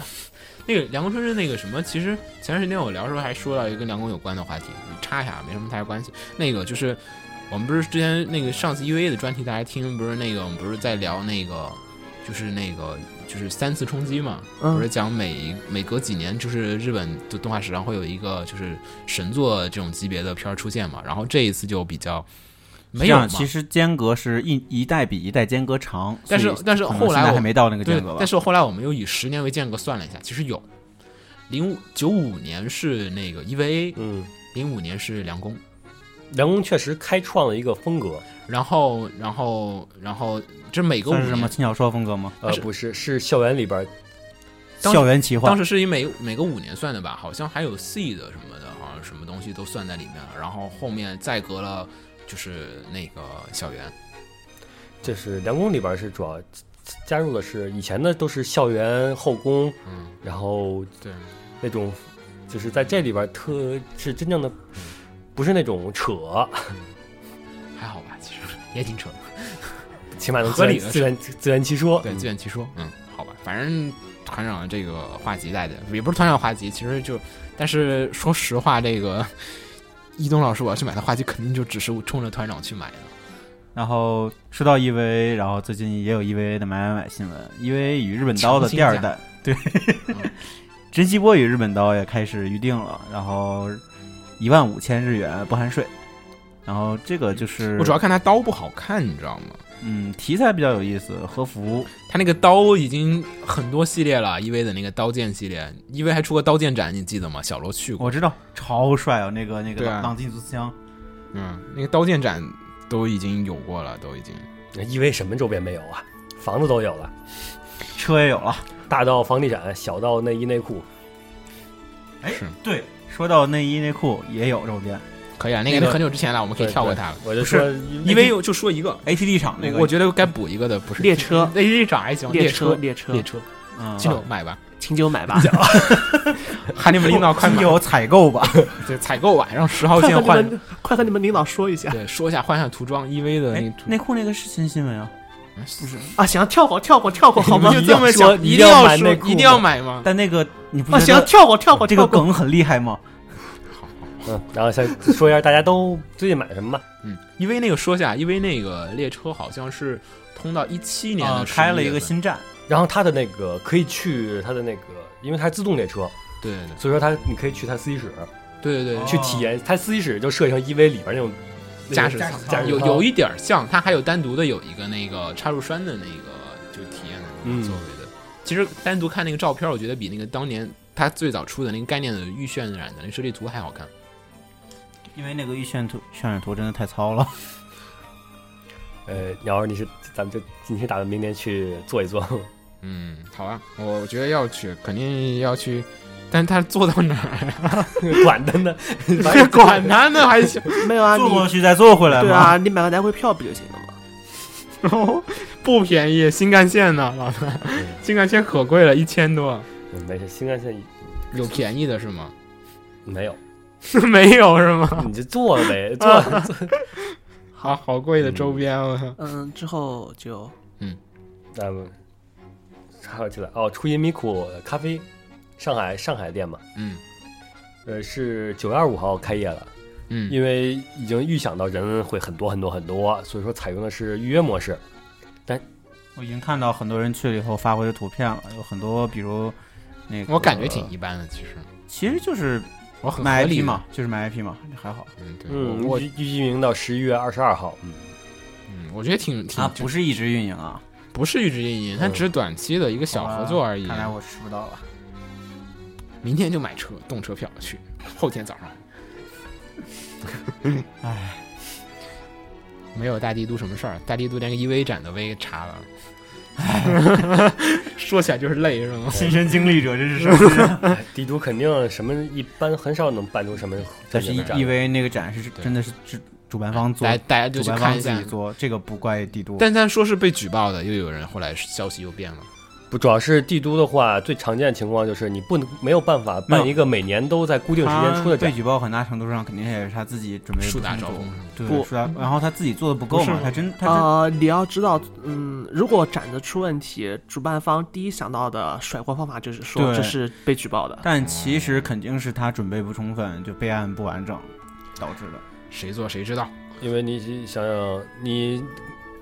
[SPEAKER 2] 那个梁公春日那个什么，其实前段时间我聊的时候还说到一个跟梁公有关的话题，插一下，没什么太大关系。那个就是我们不是之前那个上次 EVA 的专题，大家听不是那个我们不是在聊那个就是那个就是三次冲击嘛，
[SPEAKER 5] 嗯
[SPEAKER 2] 不是讲每每隔几年就是日本的动画史上会有一个就是神作这种级别的片儿出现嘛，然后这一次就比较没有
[SPEAKER 4] 这
[SPEAKER 2] 嘛
[SPEAKER 4] 样，啊其实间隔是一一代比一代间隔长，
[SPEAKER 2] 但是
[SPEAKER 4] 所以
[SPEAKER 2] 但是
[SPEAKER 4] 可能
[SPEAKER 2] 后来
[SPEAKER 4] 现在
[SPEAKER 2] 我
[SPEAKER 4] 还没到那个
[SPEAKER 2] 对
[SPEAKER 4] 间隔，吧
[SPEAKER 2] 但。是后来我们又以十年为间隔算了一下，其实有。零五九五年是那个 EVA，
[SPEAKER 3] 嗯，
[SPEAKER 2] 零五年是梁工，
[SPEAKER 3] 梁公确实开创了一个风格，
[SPEAKER 2] 然后然后然后这每个五
[SPEAKER 4] 算是什么
[SPEAKER 2] 年，
[SPEAKER 4] 轻小说风格吗？
[SPEAKER 3] 呃
[SPEAKER 2] 是，
[SPEAKER 3] 不是，是校园里边儿
[SPEAKER 2] 当时
[SPEAKER 4] 校园奇
[SPEAKER 2] 当
[SPEAKER 4] 幻，
[SPEAKER 2] 时是以每每个五年算的吧，好像还有 C 的什么的，好像什么东西都算在里面了。然后后面再隔了就是那个小圆，
[SPEAKER 3] 就是梁公里边儿是主要加入的是以前的都是校园后宫，
[SPEAKER 2] 嗯，
[SPEAKER 3] 然后
[SPEAKER 2] 对，
[SPEAKER 3] 那种就是在这里边儿特是真正的，
[SPEAKER 2] 嗯
[SPEAKER 3] 不是那种扯，
[SPEAKER 2] 还好吧，其实也挺扯的，
[SPEAKER 3] 起码能
[SPEAKER 2] 合理的
[SPEAKER 3] 自圆自圆自圆其说。
[SPEAKER 2] 对，自
[SPEAKER 3] 嗯
[SPEAKER 2] 圆其说，嗯，好吧，反正团长这个画集带的也不是团长画集，其实就但是说实话，这个一东老师我要去买他画集，肯定就只是冲着团长去买的。
[SPEAKER 4] 然后说到 EVA，然后最近也有 EVA 的买买买新闻，EVA 与日本刀的第二代，对， 真希波与日本刀也开始预定了，然后一万五千日元不含税，然后这个就是
[SPEAKER 2] 我主要看他刀不好看，你知道吗？
[SPEAKER 4] 嗯，题材比较有意思，和服
[SPEAKER 2] 他那个刀已经很多系列了，EV 的那个刀剑系列，EV 还出过刀剑展，你记得吗？小罗去过，
[SPEAKER 4] 我知道超帅啊，那个那个
[SPEAKER 2] 对啊
[SPEAKER 4] 朗基尼族刺枪，
[SPEAKER 2] 嗯，那个刀剑展都已经有过了，都已经。
[SPEAKER 3] 因为什么周边没有啊？房子都有了，
[SPEAKER 4] 车也有了。
[SPEAKER 3] 大到房地产，小到内衣内裤，
[SPEAKER 4] 哎
[SPEAKER 2] 是，
[SPEAKER 4] 对，说到内衣内裤也有周边
[SPEAKER 2] 可以啊，那
[SPEAKER 3] 那
[SPEAKER 2] 个
[SPEAKER 3] 个
[SPEAKER 2] 很久之前了，我们可以跳过它了。
[SPEAKER 3] 我就说，
[SPEAKER 2] 因为就说一个，
[SPEAKER 4] ，ATD 厂那个，
[SPEAKER 2] 我觉得该补一个的不是
[SPEAKER 5] 列车
[SPEAKER 2] 那一场还行，
[SPEAKER 5] 列
[SPEAKER 2] 车
[SPEAKER 5] 车列车
[SPEAKER 2] 哦列车，
[SPEAKER 4] 嗯
[SPEAKER 2] 金牛买吧，
[SPEAKER 5] 清酒买吧，
[SPEAKER 2] 喊你们领导快买，
[SPEAKER 4] 有采购吧？
[SPEAKER 2] 对，采购吧，让 十号
[SPEAKER 5] 快
[SPEAKER 2] 线
[SPEAKER 5] 和你
[SPEAKER 2] 换，
[SPEAKER 5] 们快和你们领导说一下
[SPEAKER 2] 对，说一下换一下涂装，EV 的那
[SPEAKER 4] 哎
[SPEAKER 2] 个，涂
[SPEAKER 4] 内裤那个是新新闻啊，
[SPEAKER 2] 不是，
[SPEAKER 5] 啊！行，跳过跳过跳过好吗？
[SPEAKER 4] 你们就这么
[SPEAKER 5] 说
[SPEAKER 4] 想
[SPEAKER 2] 一
[SPEAKER 4] 一
[SPEAKER 2] 定
[SPEAKER 4] 定
[SPEAKER 2] 要
[SPEAKER 4] 要
[SPEAKER 2] 说
[SPEAKER 4] 买内裤
[SPEAKER 2] 一定要买吗？
[SPEAKER 4] 但那个你不
[SPEAKER 5] 啊！
[SPEAKER 4] 觉
[SPEAKER 5] 行，
[SPEAKER 4] 得
[SPEAKER 5] 跳过跳过
[SPEAKER 4] 这
[SPEAKER 5] 跳
[SPEAKER 4] 个
[SPEAKER 5] 过。
[SPEAKER 4] 梗很厉害吗？
[SPEAKER 3] 嗯，然后再说一下大家都最近买什么吧。
[SPEAKER 2] 嗯，因为那个说下，因为那个列车好像是通到一七年的
[SPEAKER 4] 啊
[SPEAKER 2] 11月份、
[SPEAKER 4] 开了一个新站，
[SPEAKER 3] 然后它的那个可以去它的那个，因为它是自动列车，
[SPEAKER 2] 对，对
[SPEAKER 3] 所以说它你可以去它司机室
[SPEAKER 2] 对对对对，
[SPEAKER 4] 哦
[SPEAKER 3] 去体验，它司机室就设计成 EV 里边那种
[SPEAKER 2] 驾驶
[SPEAKER 4] 驾驶
[SPEAKER 2] 舱
[SPEAKER 4] 舱
[SPEAKER 2] 有有一点像，它还有单独的有一个那个插入栓的那个就体验的那个座位
[SPEAKER 4] 嗯
[SPEAKER 2] 的。其实单独看那个照片，我觉得比那个当年它最早出的那个概念的预渲染的那设计图还好看。
[SPEAKER 4] 因为那个预渲图渲染图真的太糙了。
[SPEAKER 3] 呃，你要是你是咱们就今天打算明年去做一做，
[SPEAKER 2] 嗯，好啊，我我觉得要去，肯定要去，但是他做到 哪儿呀？
[SPEAKER 3] 管他呢，
[SPEAKER 2] 别
[SPEAKER 3] 反正
[SPEAKER 2] 管他呢，还 行，
[SPEAKER 5] 没有啊，
[SPEAKER 4] 坐过
[SPEAKER 5] 你
[SPEAKER 4] 去再坐回来
[SPEAKER 5] 对
[SPEAKER 4] 嘛。
[SPEAKER 5] 啊，你买个来回票不就行了吗？
[SPEAKER 2] 哦不便宜，新干线呢，老板，新干线可贵了，一千多。
[SPEAKER 3] 嗯没事，新干线
[SPEAKER 2] 有便宜的是吗？
[SPEAKER 3] 没有，
[SPEAKER 2] 没有是吗？
[SPEAKER 3] 你就坐呗，坐
[SPEAKER 2] 好好贵的周边啊！
[SPEAKER 5] 嗯，之后就
[SPEAKER 3] 咱们还有起来哦，初音米库咖啡，上海上海店嘛，
[SPEAKER 2] 嗯
[SPEAKER 3] 呃，是九月二十五号开业了。
[SPEAKER 2] 嗯
[SPEAKER 3] 因为已经预想到人会很多很多很多，所以说采用的是预约模式。
[SPEAKER 4] 我已经看到很多人去了以后发回的图片了，有很多比如那个，
[SPEAKER 2] 我感觉挺一般的，其实
[SPEAKER 4] 其实就是
[SPEAKER 2] 我很合
[SPEAKER 4] 买
[SPEAKER 2] 理
[SPEAKER 4] IP 嘛，，就是买 IP 嘛，还好
[SPEAKER 2] 嗯，对，
[SPEAKER 3] 嗯，
[SPEAKER 2] 我我
[SPEAKER 3] 预预计运营到十一月二十二号。嗯，
[SPEAKER 2] 嗯，我觉得挺挺
[SPEAKER 4] 啊，不是一直运营啊，
[SPEAKER 2] 不是预知运营，它只是短期的一个小合作而已
[SPEAKER 4] 哦看。来我吃不到了。
[SPEAKER 2] 明天就买车动车票去，后天 早上。
[SPEAKER 4] 唉，
[SPEAKER 2] 没有大帝都什么事儿，大帝都连个 EV 展的 V 查 了，说起来就是累是吗？
[SPEAKER 4] 亲身经历者真是伤心。
[SPEAKER 3] 帝都肯定什么一般很少能办出什么正
[SPEAKER 4] 但是
[SPEAKER 3] 经的展，
[SPEAKER 4] EV 那个展是真的是主主办方做
[SPEAKER 2] 大，大家就
[SPEAKER 4] 主
[SPEAKER 2] 去
[SPEAKER 4] 办
[SPEAKER 2] 看
[SPEAKER 4] 方
[SPEAKER 2] 一
[SPEAKER 4] 自
[SPEAKER 2] 下
[SPEAKER 4] 己。做，这个不怪帝都。
[SPEAKER 2] 但但说是被举报的，又有人后来消息又变了。
[SPEAKER 3] 不主要是帝都的话，最常见的情况就是你不能没有办法办一个每年都在固定时间出的
[SPEAKER 4] 被
[SPEAKER 3] 展。
[SPEAKER 4] 举报很大程度上肯定也是他自己准备
[SPEAKER 2] 树大招风
[SPEAKER 4] 对，
[SPEAKER 5] 不
[SPEAKER 4] 树大，然后他自己做的不够
[SPEAKER 2] 不是啊
[SPEAKER 4] 嘛，他真他真
[SPEAKER 5] 呃，你要知道，嗯，如果展子出问题，主办方第一想到的甩锅方法就是说
[SPEAKER 4] 对
[SPEAKER 5] 这是被举报的。
[SPEAKER 4] 但其实肯定是他准备不充分，就备案不完整导致的。
[SPEAKER 2] 谁做谁知道。
[SPEAKER 3] 因为你想想，你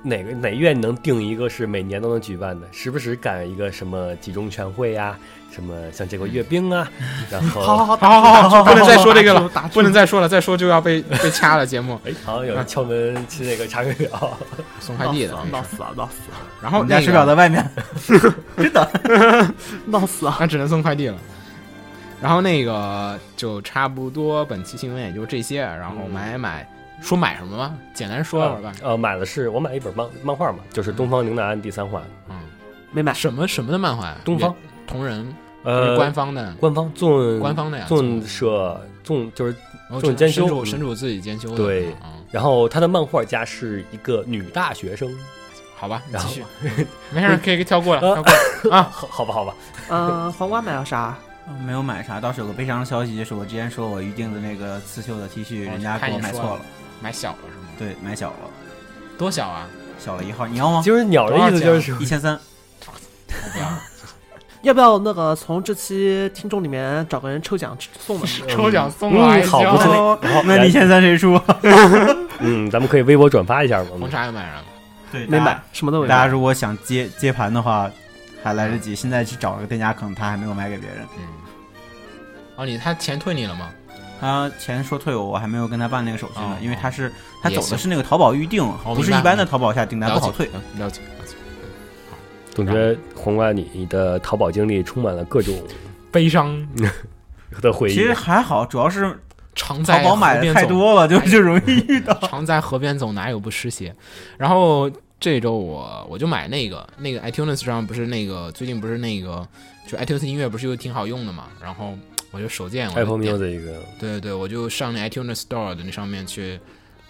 [SPEAKER 3] 哪个哪院能定一个是每年都能举办的？时不时赶一个什么集中全会呀、什么像这个阅兵啊，然后
[SPEAKER 5] 好好好，
[SPEAKER 2] 好好好好，不能再说这个了
[SPEAKER 5] 打住打，住
[SPEAKER 2] 不能再说了，再说就要被被掐了。节 目
[SPEAKER 3] 哎，好像有人敲门去那个 查水表，
[SPEAKER 2] 送快
[SPEAKER 5] 闹
[SPEAKER 2] 递
[SPEAKER 5] 死
[SPEAKER 2] 的
[SPEAKER 5] 了，，
[SPEAKER 2] 没
[SPEAKER 5] 闹
[SPEAKER 2] 事
[SPEAKER 5] 死了，闹死了，
[SPEAKER 2] 然
[SPEAKER 4] 我
[SPEAKER 2] 后
[SPEAKER 4] 们家
[SPEAKER 2] 那
[SPEAKER 4] 水
[SPEAKER 2] 个
[SPEAKER 4] 表在外面， 真的。
[SPEAKER 5] 闹死 了。
[SPEAKER 2] 那只能送快递了。然后那个就差不多，本期新闻也就这些。然后
[SPEAKER 3] 嗯
[SPEAKER 2] 买买，说买什么吧，简单说会儿吧。
[SPEAKER 3] 呃，买的是我买一本漫漫画嘛，就是《东方铃兰》第三话，
[SPEAKER 2] 嗯，
[SPEAKER 5] 没买，
[SPEAKER 2] 什么什么的漫画呀？
[SPEAKER 3] 东方
[SPEAKER 2] 原同人，
[SPEAKER 3] 呃，
[SPEAKER 2] 官方的，
[SPEAKER 3] 官方纵
[SPEAKER 2] 官方的呀
[SPEAKER 3] 纵社纵就是，
[SPEAKER 2] 然后
[SPEAKER 3] 这种兼
[SPEAKER 2] 神
[SPEAKER 3] 修
[SPEAKER 2] 主
[SPEAKER 3] 嗯
[SPEAKER 2] 神主自己兼修的。
[SPEAKER 3] 对
[SPEAKER 2] 嗯，
[SPEAKER 3] 然后他的漫画家是一个女大学生，
[SPEAKER 2] 好吧，你
[SPEAKER 3] 然
[SPEAKER 2] 继
[SPEAKER 3] 后
[SPEAKER 2] 续，没事，可以可以跳过了，
[SPEAKER 3] 呃
[SPEAKER 2] 跳过了。
[SPEAKER 3] 好好吧好吧，
[SPEAKER 5] 嗯、黄瓜买了啥？
[SPEAKER 4] 没有买啥，倒是有个悲伤的消息，就是我之前说我预定的那个刺绣的 T 恤，
[SPEAKER 2] 哦
[SPEAKER 4] 人家给我买错了，
[SPEAKER 2] 买小了是吗？
[SPEAKER 4] 对，买小了，
[SPEAKER 2] 多小啊？
[SPEAKER 4] 小了一号，你要吗？
[SPEAKER 3] 就是鸟的意思就是说
[SPEAKER 4] 一千三，
[SPEAKER 2] 我不要了
[SPEAKER 5] 要不要那个从这期听众里面找个人抽奖送的？
[SPEAKER 2] 抽奖送了，还
[SPEAKER 3] 嗯嗯，好不
[SPEAKER 2] 行
[SPEAKER 3] 错，好
[SPEAKER 4] 那一千三谁出？
[SPEAKER 3] 嗯，咱们可以微博转发一下嘛，
[SPEAKER 2] 红茶又买上了。
[SPEAKER 4] 对，
[SPEAKER 5] 没买。，什么都没
[SPEAKER 4] 大家
[SPEAKER 5] 买。
[SPEAKER 4] 如果想接接盘的话，还来得及，
[SPEAKER 2] 嗯
[SPEAKER 4] 现在去找一个店家，可能他还没有卖给别人。
[SPEAKER 2] 哦，你他钱退你了吗？
[SPEAKER 4] 他钱说退我，我还没有跟他办那个手续
[SPEAKER 2] 哦，
[SPEAKER 4] 呢因为他是他
[SPEAKER 2] 也
[SPEAKER 4] 走的
[SPEAKER 2] 行
[SPEAKER 4] 是那个淘宝预定，
[SPEAKER 2] 哦
[SPEAKER 4] 不是
[SPEAKER 2] 明白
[SPEAKER 4] 一般的淘宝下订单
[SPEAKER 2] 了
[SPEAKER 4] 不
[SPEAKER 2] 解嗯
[SPEAKER 4] 好退。
[SPEAKER 2] 了了解了解，
[SPEAKER 3] 总觉得黄瓜你你的淘宝经历充满了各种
[SPEAKER 2] 悲伤
[SPEAKER 3] 的回忆。
[SPEAKER 4] 其实还好，主要是
[SPEAKER 2] 常
[SPEAKER 4] 淘
[SPEAKER 2] 在
[SPEAKER 4] 宝
[SPEAKER 2] 河
[SPEAKER 4] 买的
[SPEAKER 2] 边
[SPEAKER 4] 太
[SPEAKER 2] 走哎
[SPEAKER 4] 多了，就就容易遇到。
[SPEAKER 2] 常在河边走，哪有不湿鞋？然后这周我我就买那个那个 iTunes 上不是那个最近不是那个就 iTunes 音乐不是又挺好用的嘛？然后我就手贱，我就
[SPEAKER 3] Apple
[SPEAKER 2] 点
[SPEAKER 3] Music 一个，
[SPEAKER 2] 对对对，我就上那 iTunes Store 的那上面去，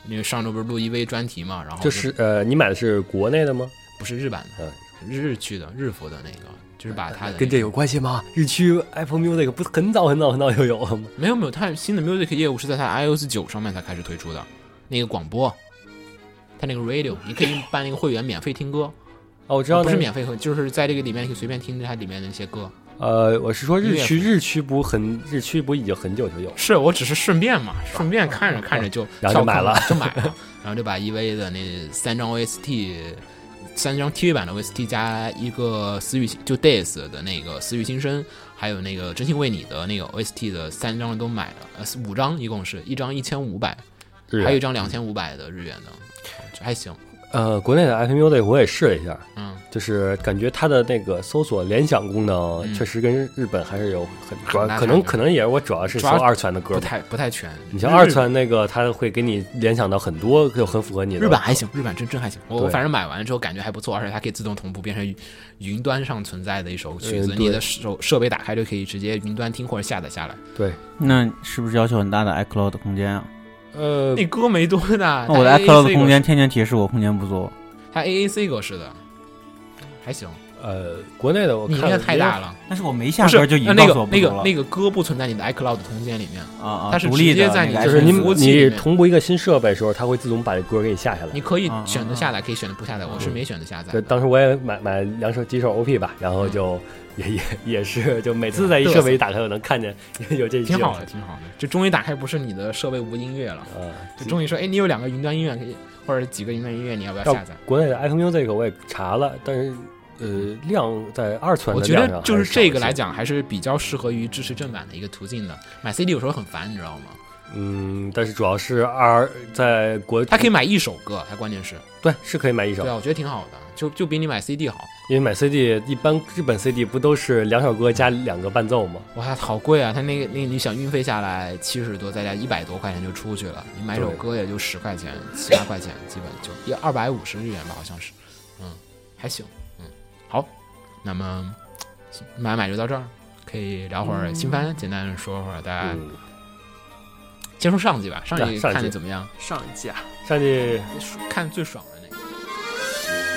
[SPEAKER 2] 因为上周不是录一微专题嘛，然后
[SPEAKER 3] 就
[SPEAKER 2] 就是
[SPEAKER 3] 呃，你买的是国内的吗？
[SPEAKER 2] 不是日版的
[SPEAKER 3] 嗯，呃
[SPEAKER 2] 日区的日服的那个，就是把它的
[SPEAKER 3] 跟这有关系吗？日区 Apple Music 不是很早很早很早就有了吗？
[SPEAKER 2] 没有没有，它新的 Music 业务是在它 iOS 九上面才开始推出的，那个广播，它那个 Radio，你可以办那个会员免费听歌。
[SPEAKER 3] 哦，我知道
[SPEAKER 2] 不
[SPEAKER 3] 那
[SPEAKER 2] 是
[SPEAKER 3] 个
[SPEAKER 2] 免费和，就是在这个里面可以随便听它里面的一些歌。
[SPEAKER 3] 呃，我是说日区，
[SPEAKER 2] 音
[SPEAKER 3] 日区不很，日区不已经很久就有了。
[SPEAKER 2] 是我只是顺便嘛，顺便看着看着哦就
[SPEAKER 3] 然后
[SPEAKER 2] 跳
[SPEAKER 3] 就买
[SPEAKER 2] 坑
[SPEAKER 3] 了，
[SPEAKER 2] 就买 了，然后就把 EV 的那三张 OST。三张 TV 版的 OST 加一个私域就 Days 的那个私域新生，还有那个真心为你的那个 OST 的三张都买了，呃四五张一共是一张一千五百，还有一张两千五百的日元的，就还行，
[SPEAKER 3] 呃，国内的 Apple Music 我也试了一下，
[SPEAKER 2] 嗯，
[SPEAKER 3] 就是感觉它的那个搜索联想功能
[SPEAKER 2] 嗯
[SPEAKER 3] 确实跟日本还是有很主要
[SPEAKER 2] 那，
[SPEAKER 3] 可能
[SPEAKER 2] 肯定
[SPEAKER 3] 可能也是我主要是搜
[SPEAKER 2] 主要
[SPEAKER 3] 二次元的歌
[SPEAKER 2] 不
[SPEAKER 3] 吧。
[SPEAKER 2] 太不太全。
[SPEAKER 3] 你像
[SPEAKER 2] 日
[SPEAKER 3] 二次元那个，它会给你联想到很多就很符合你的。
[SPEAKER 2] 日版还行，日版真真还行。我我
[SPEAKER 3] 对
[SPEAKER 2] 反正买完之后感觉还不错，而且它可以自动同步变成云云端上存在的一首曲子，
[SPEAKER 3] 嗯对
[SPEAKER 2] 你的手设备打开就可以直接云端听或者下载下来。
[SPEAKER 3] 对，
[SPEAKER 4] 那是不是要求很大的 iCloud 空间啊？
[SPEAKER 2] 哎
[SPEAKER 3] 呃，
[SPEAKER 2] 那歌没多大，
[SPEAKER 4] 那我的
[SPEAKER 2] 它
[SPEAKER 4] iCloud
[SPEAKER 2] AAC
[SPEAKER 4] 空间天天提示我空间不足，
[SPEAKER 2] 格式它 AAC 格式的，还行。
[SPEAKER 3] 呃，国内的我
[SPEAKER 2] 你
[SPEAKER 3] 看
[SPEAKER 2] 那个太大了，
[SPEAKER 4] 但是我没下
[SPEAKER 2] 不
[SPEAKER 4] 歌
[SPEAKER 2] 是啊
[SPEAKER 4] 就已经
[SPEAKER 2] 那
[SPEAKER 4] 告诉
[SPEAKER 2] 个
[SPEAKER 4] 我不
[SPEAKER 2] 那
[SPEAKER 4] 足
[SPEAKER 2] 个
[SPEAKER 4] 了
[SPEAKER 2] 那个歌不存在你的 iCloud 空间里面，
[SPEAKER 4] 啊啊，
[SPEAKER 2] 它是
[SPEAKER 4] 独立
[SPEAKER 2] 直接
[SPEAKER 4] 的
[SPEAKER 2] 在
[SPEAKER 4] 那
[SPEAKER 2] 你
[SPEAKER 4] 个
[SPEAKER 2] 的
[SPEAKER 3] 就是
[SPEAKER 4] iTunes
[SPEAKER 3] 你
[SPEAKER 2] 服务器里
[SPEAKER 3] 你
[SPEAKER 2] 面
[SPEAKER 3] 同步一个新设备的时候，它会自动把歌给你下下来
[SPEAKER 2] 你。可以
[SPEAKER 4] 啊啊
[SPEAKER 2] 选择下载，可以选择不下载。我是没选择下载
[SPEAKER 3] 对，
[SPEAKER 2] 的。
[SPEAKER 3] 当时我也买买两首几首 OP 吧，然后就也也也是，就每次在一
[SPEAKER 2] 嘚瑟
[SPEAKER 3] 设备一打开，我能看见有这几
[SPEAKER 2] 挺
[SPEAKER 3] 首
[SPEAKER 2] 好的，挺好的，就终于打开不是你的设备无音乐了，
[SPEAKER 3] 呃，
[SPEAKER 2] 就终于说，哎，你有两个云端音乐可以，或者几个云端音乐，你要不要
[SPEAKER 3] 到
[SPEAKER 2] 下载？
[SPEAKER 3] 国内的 Apple Music 我也查了，但是呃量在二次元
[SPEAKER 2] 我
[SPEAKER 3] 的
[SPEAKER 2] 觉
[SPEAKER 3] 量上
[SPEAKER 2] 得就是这个
[SPEAKER 3] 还
[SPEAKER 2] 来
[SPEAKER 3] 是少一些，
[SPEAKER 2] 讲，还是比较适合于支持正版的一个途径的。买 CD 有时候很烦，你知道吗？
[SPEAKER 3] 嗯，但是主要是二在国
[SPEAKER 2] 它可以买一首歌，它关键是，
[SPEAKER 3] 对是可以买一首
[SPEAKER 2] 对，啊，我觉得挺好的，就就比你买 CD 好。
[SPEAKER 3] 因为买 CD 一般日本 CD 不都是两首歌加两个伴奏吗？
[SPEAKER 2] 哇，它好贵啊！它那个那个你想运费下来七十多，再加一百多块钱就出去了。你买首
[SPEAKER 3] 对
[SPEAKER 2] 歌也就十块钱、七八块钱，基本就一二百五十日元吧，好像是。嗯，还行。嗯，好，那么买买就到这儿，可以聊会儿新番，简单说会儿大家。
[SPEAKER 3] 嗯，
[SPEAKER 2] 先说上季吧，上
[SPEAKER 3] 对
[SPEAKER 2] 季
[SPEAKER 3] 上季
[SPEAKER 2] 看的怎么样？
[SPEAKER 5] 上一季啊，
[SPEAKER 3] 上去
[SPEAKER 2] 看最爽的那个。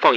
[SPEAKER 7] 放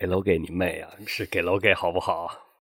[SPEAKER 3] 给楼给你妹啊！是给楼给好不好？